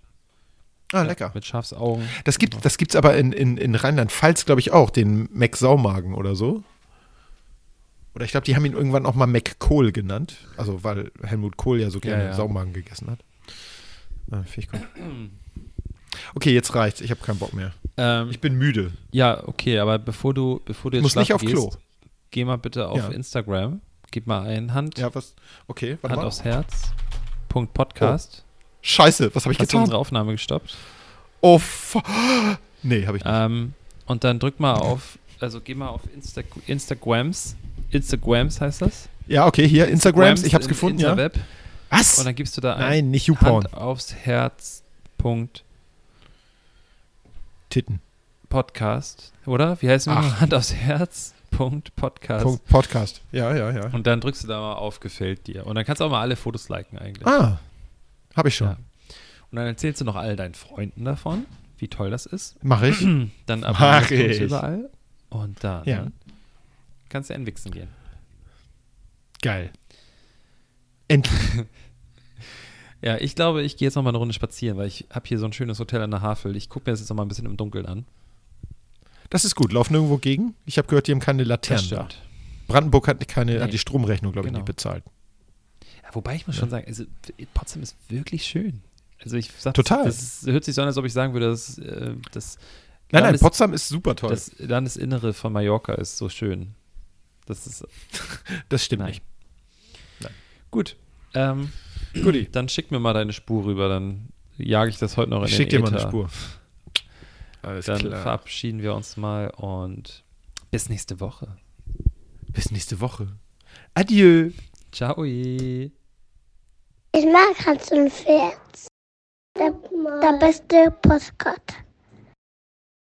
A: Ah, lecker.
B: Mit Schafsaugen.
A: Das gibt das gibt's aber in, in, in Rheinland-Pfalz, glaube ich, auch, den Mac Saumagen oder so. Oder ich glaube, die haben ihn irgendwann auch mal Mac Kohl genannt. Also, weil Helmut Kohl ja so gerne
B: Ja, ja.
A: Saumagen gegessen hat. Ah, Finde ich gut. Okay, jetzt reicht's. Ich habe keinen Bock mehr.
B: Ähm,
A: Ich bin müde.
B: ja, okay, aber bevor du, bevor du
A: Ich muss
B: jetzt
A: nicht auf
B: schlafen
A: Klo.
B: gehst, geh mal bitte auf
A: Ja.
B: Instagram. Gib mal ein Hand,
A: Ja, was? Okay, warte
B: Hand
A: mal.
B: aufs Herz. Punkt Podcast.
A: Scheiße, was habe ich
B: Hast du
A: getan?
B: unsere Aufnahme gestoppt?
A: Oh, fuck. Nee, habe ich nicht.
B: Ähm, und dann drück mal auf, also geh mal auf Insta Instagrams. Instagrams heißt das?
A: Ja, okay, hier, Instagrams. Ich habe es
B: im
A: gefunden, ja.
B: Interweb. Und
A: Was?
B: dann gibst du da ein.
A: Nein, nicht YouPorn.
B: Hand aufs Herz. Punkt
A: Titten.
B: Podcast, oder? Wie heißt
A: Ach.
B: es? Hand aufs Herz. Punkt Podcast.
A: Punkt Podcast. Ja, ja, ja.
B: Und dann drückst du da mal auf Gefällt dir. Und dann kannst du auch mal alle Fotos liken eigentlich.
A: Ah, habe ich schon.
B: Ja. Und dann erzählst du noch all deinen Freunden davon, wie toll das ist.
A: Mache ich.
B: Dann
A: Mach
B: abonnierst du uns
A: ich.
B: überall. Und dann
A: Ja.
B: kannst du entwichsen gehen.
A: Geil. Endlich.
B: Ja, ich glaube, ich gehe jetzt noch mal eine Runde spazieren, weil ich habe hier so ein schönes Hotel an der Havel. Ich gucke mir das jetzt noch mal ein bisschen im Dunkeln an.
A: Das ist gut. Laufen irgendwo gegen. Ich habe gehört, die haben keine Laternen da. Brandenburg hat keine, hat
B: Nee.
A: die Stromrechnung, glaube ich,
B: Genau.
A: nicht bezahlt.
B: Ja, wobei ich muss schon sagen, also Potsdam ist wirklich schön. Also ich sag,
A: Total.
B: Das ist, hört sich so an, als ob ich sagen würde, dass äh, das,
A: Nein,
B: Ja,
A: nein,
B: das-
A: Potsdam ist super toll. Das,
B: das Landesinnere von Mallorca ist so schön. Das ist
A: stimmt
B: nein.
A: nicht. Nein.
B: Gut. Ähm,
A: Guti.
B: Dann schick mir mal deine Spur rüber, dann jage ich das heute noch in
A: Ich schick dir
B: den
A: mal eine
B: Äther.
A: Spur. Alles
B: Dann
A: klar.
B: verabschieden wir uns mal und bis nächste Woche.
A: Bis nächste Woche. Adieu.
B: Ciao. Ihr.
E: Ich mag Hans und Pferd. Der, der beste Postkarte.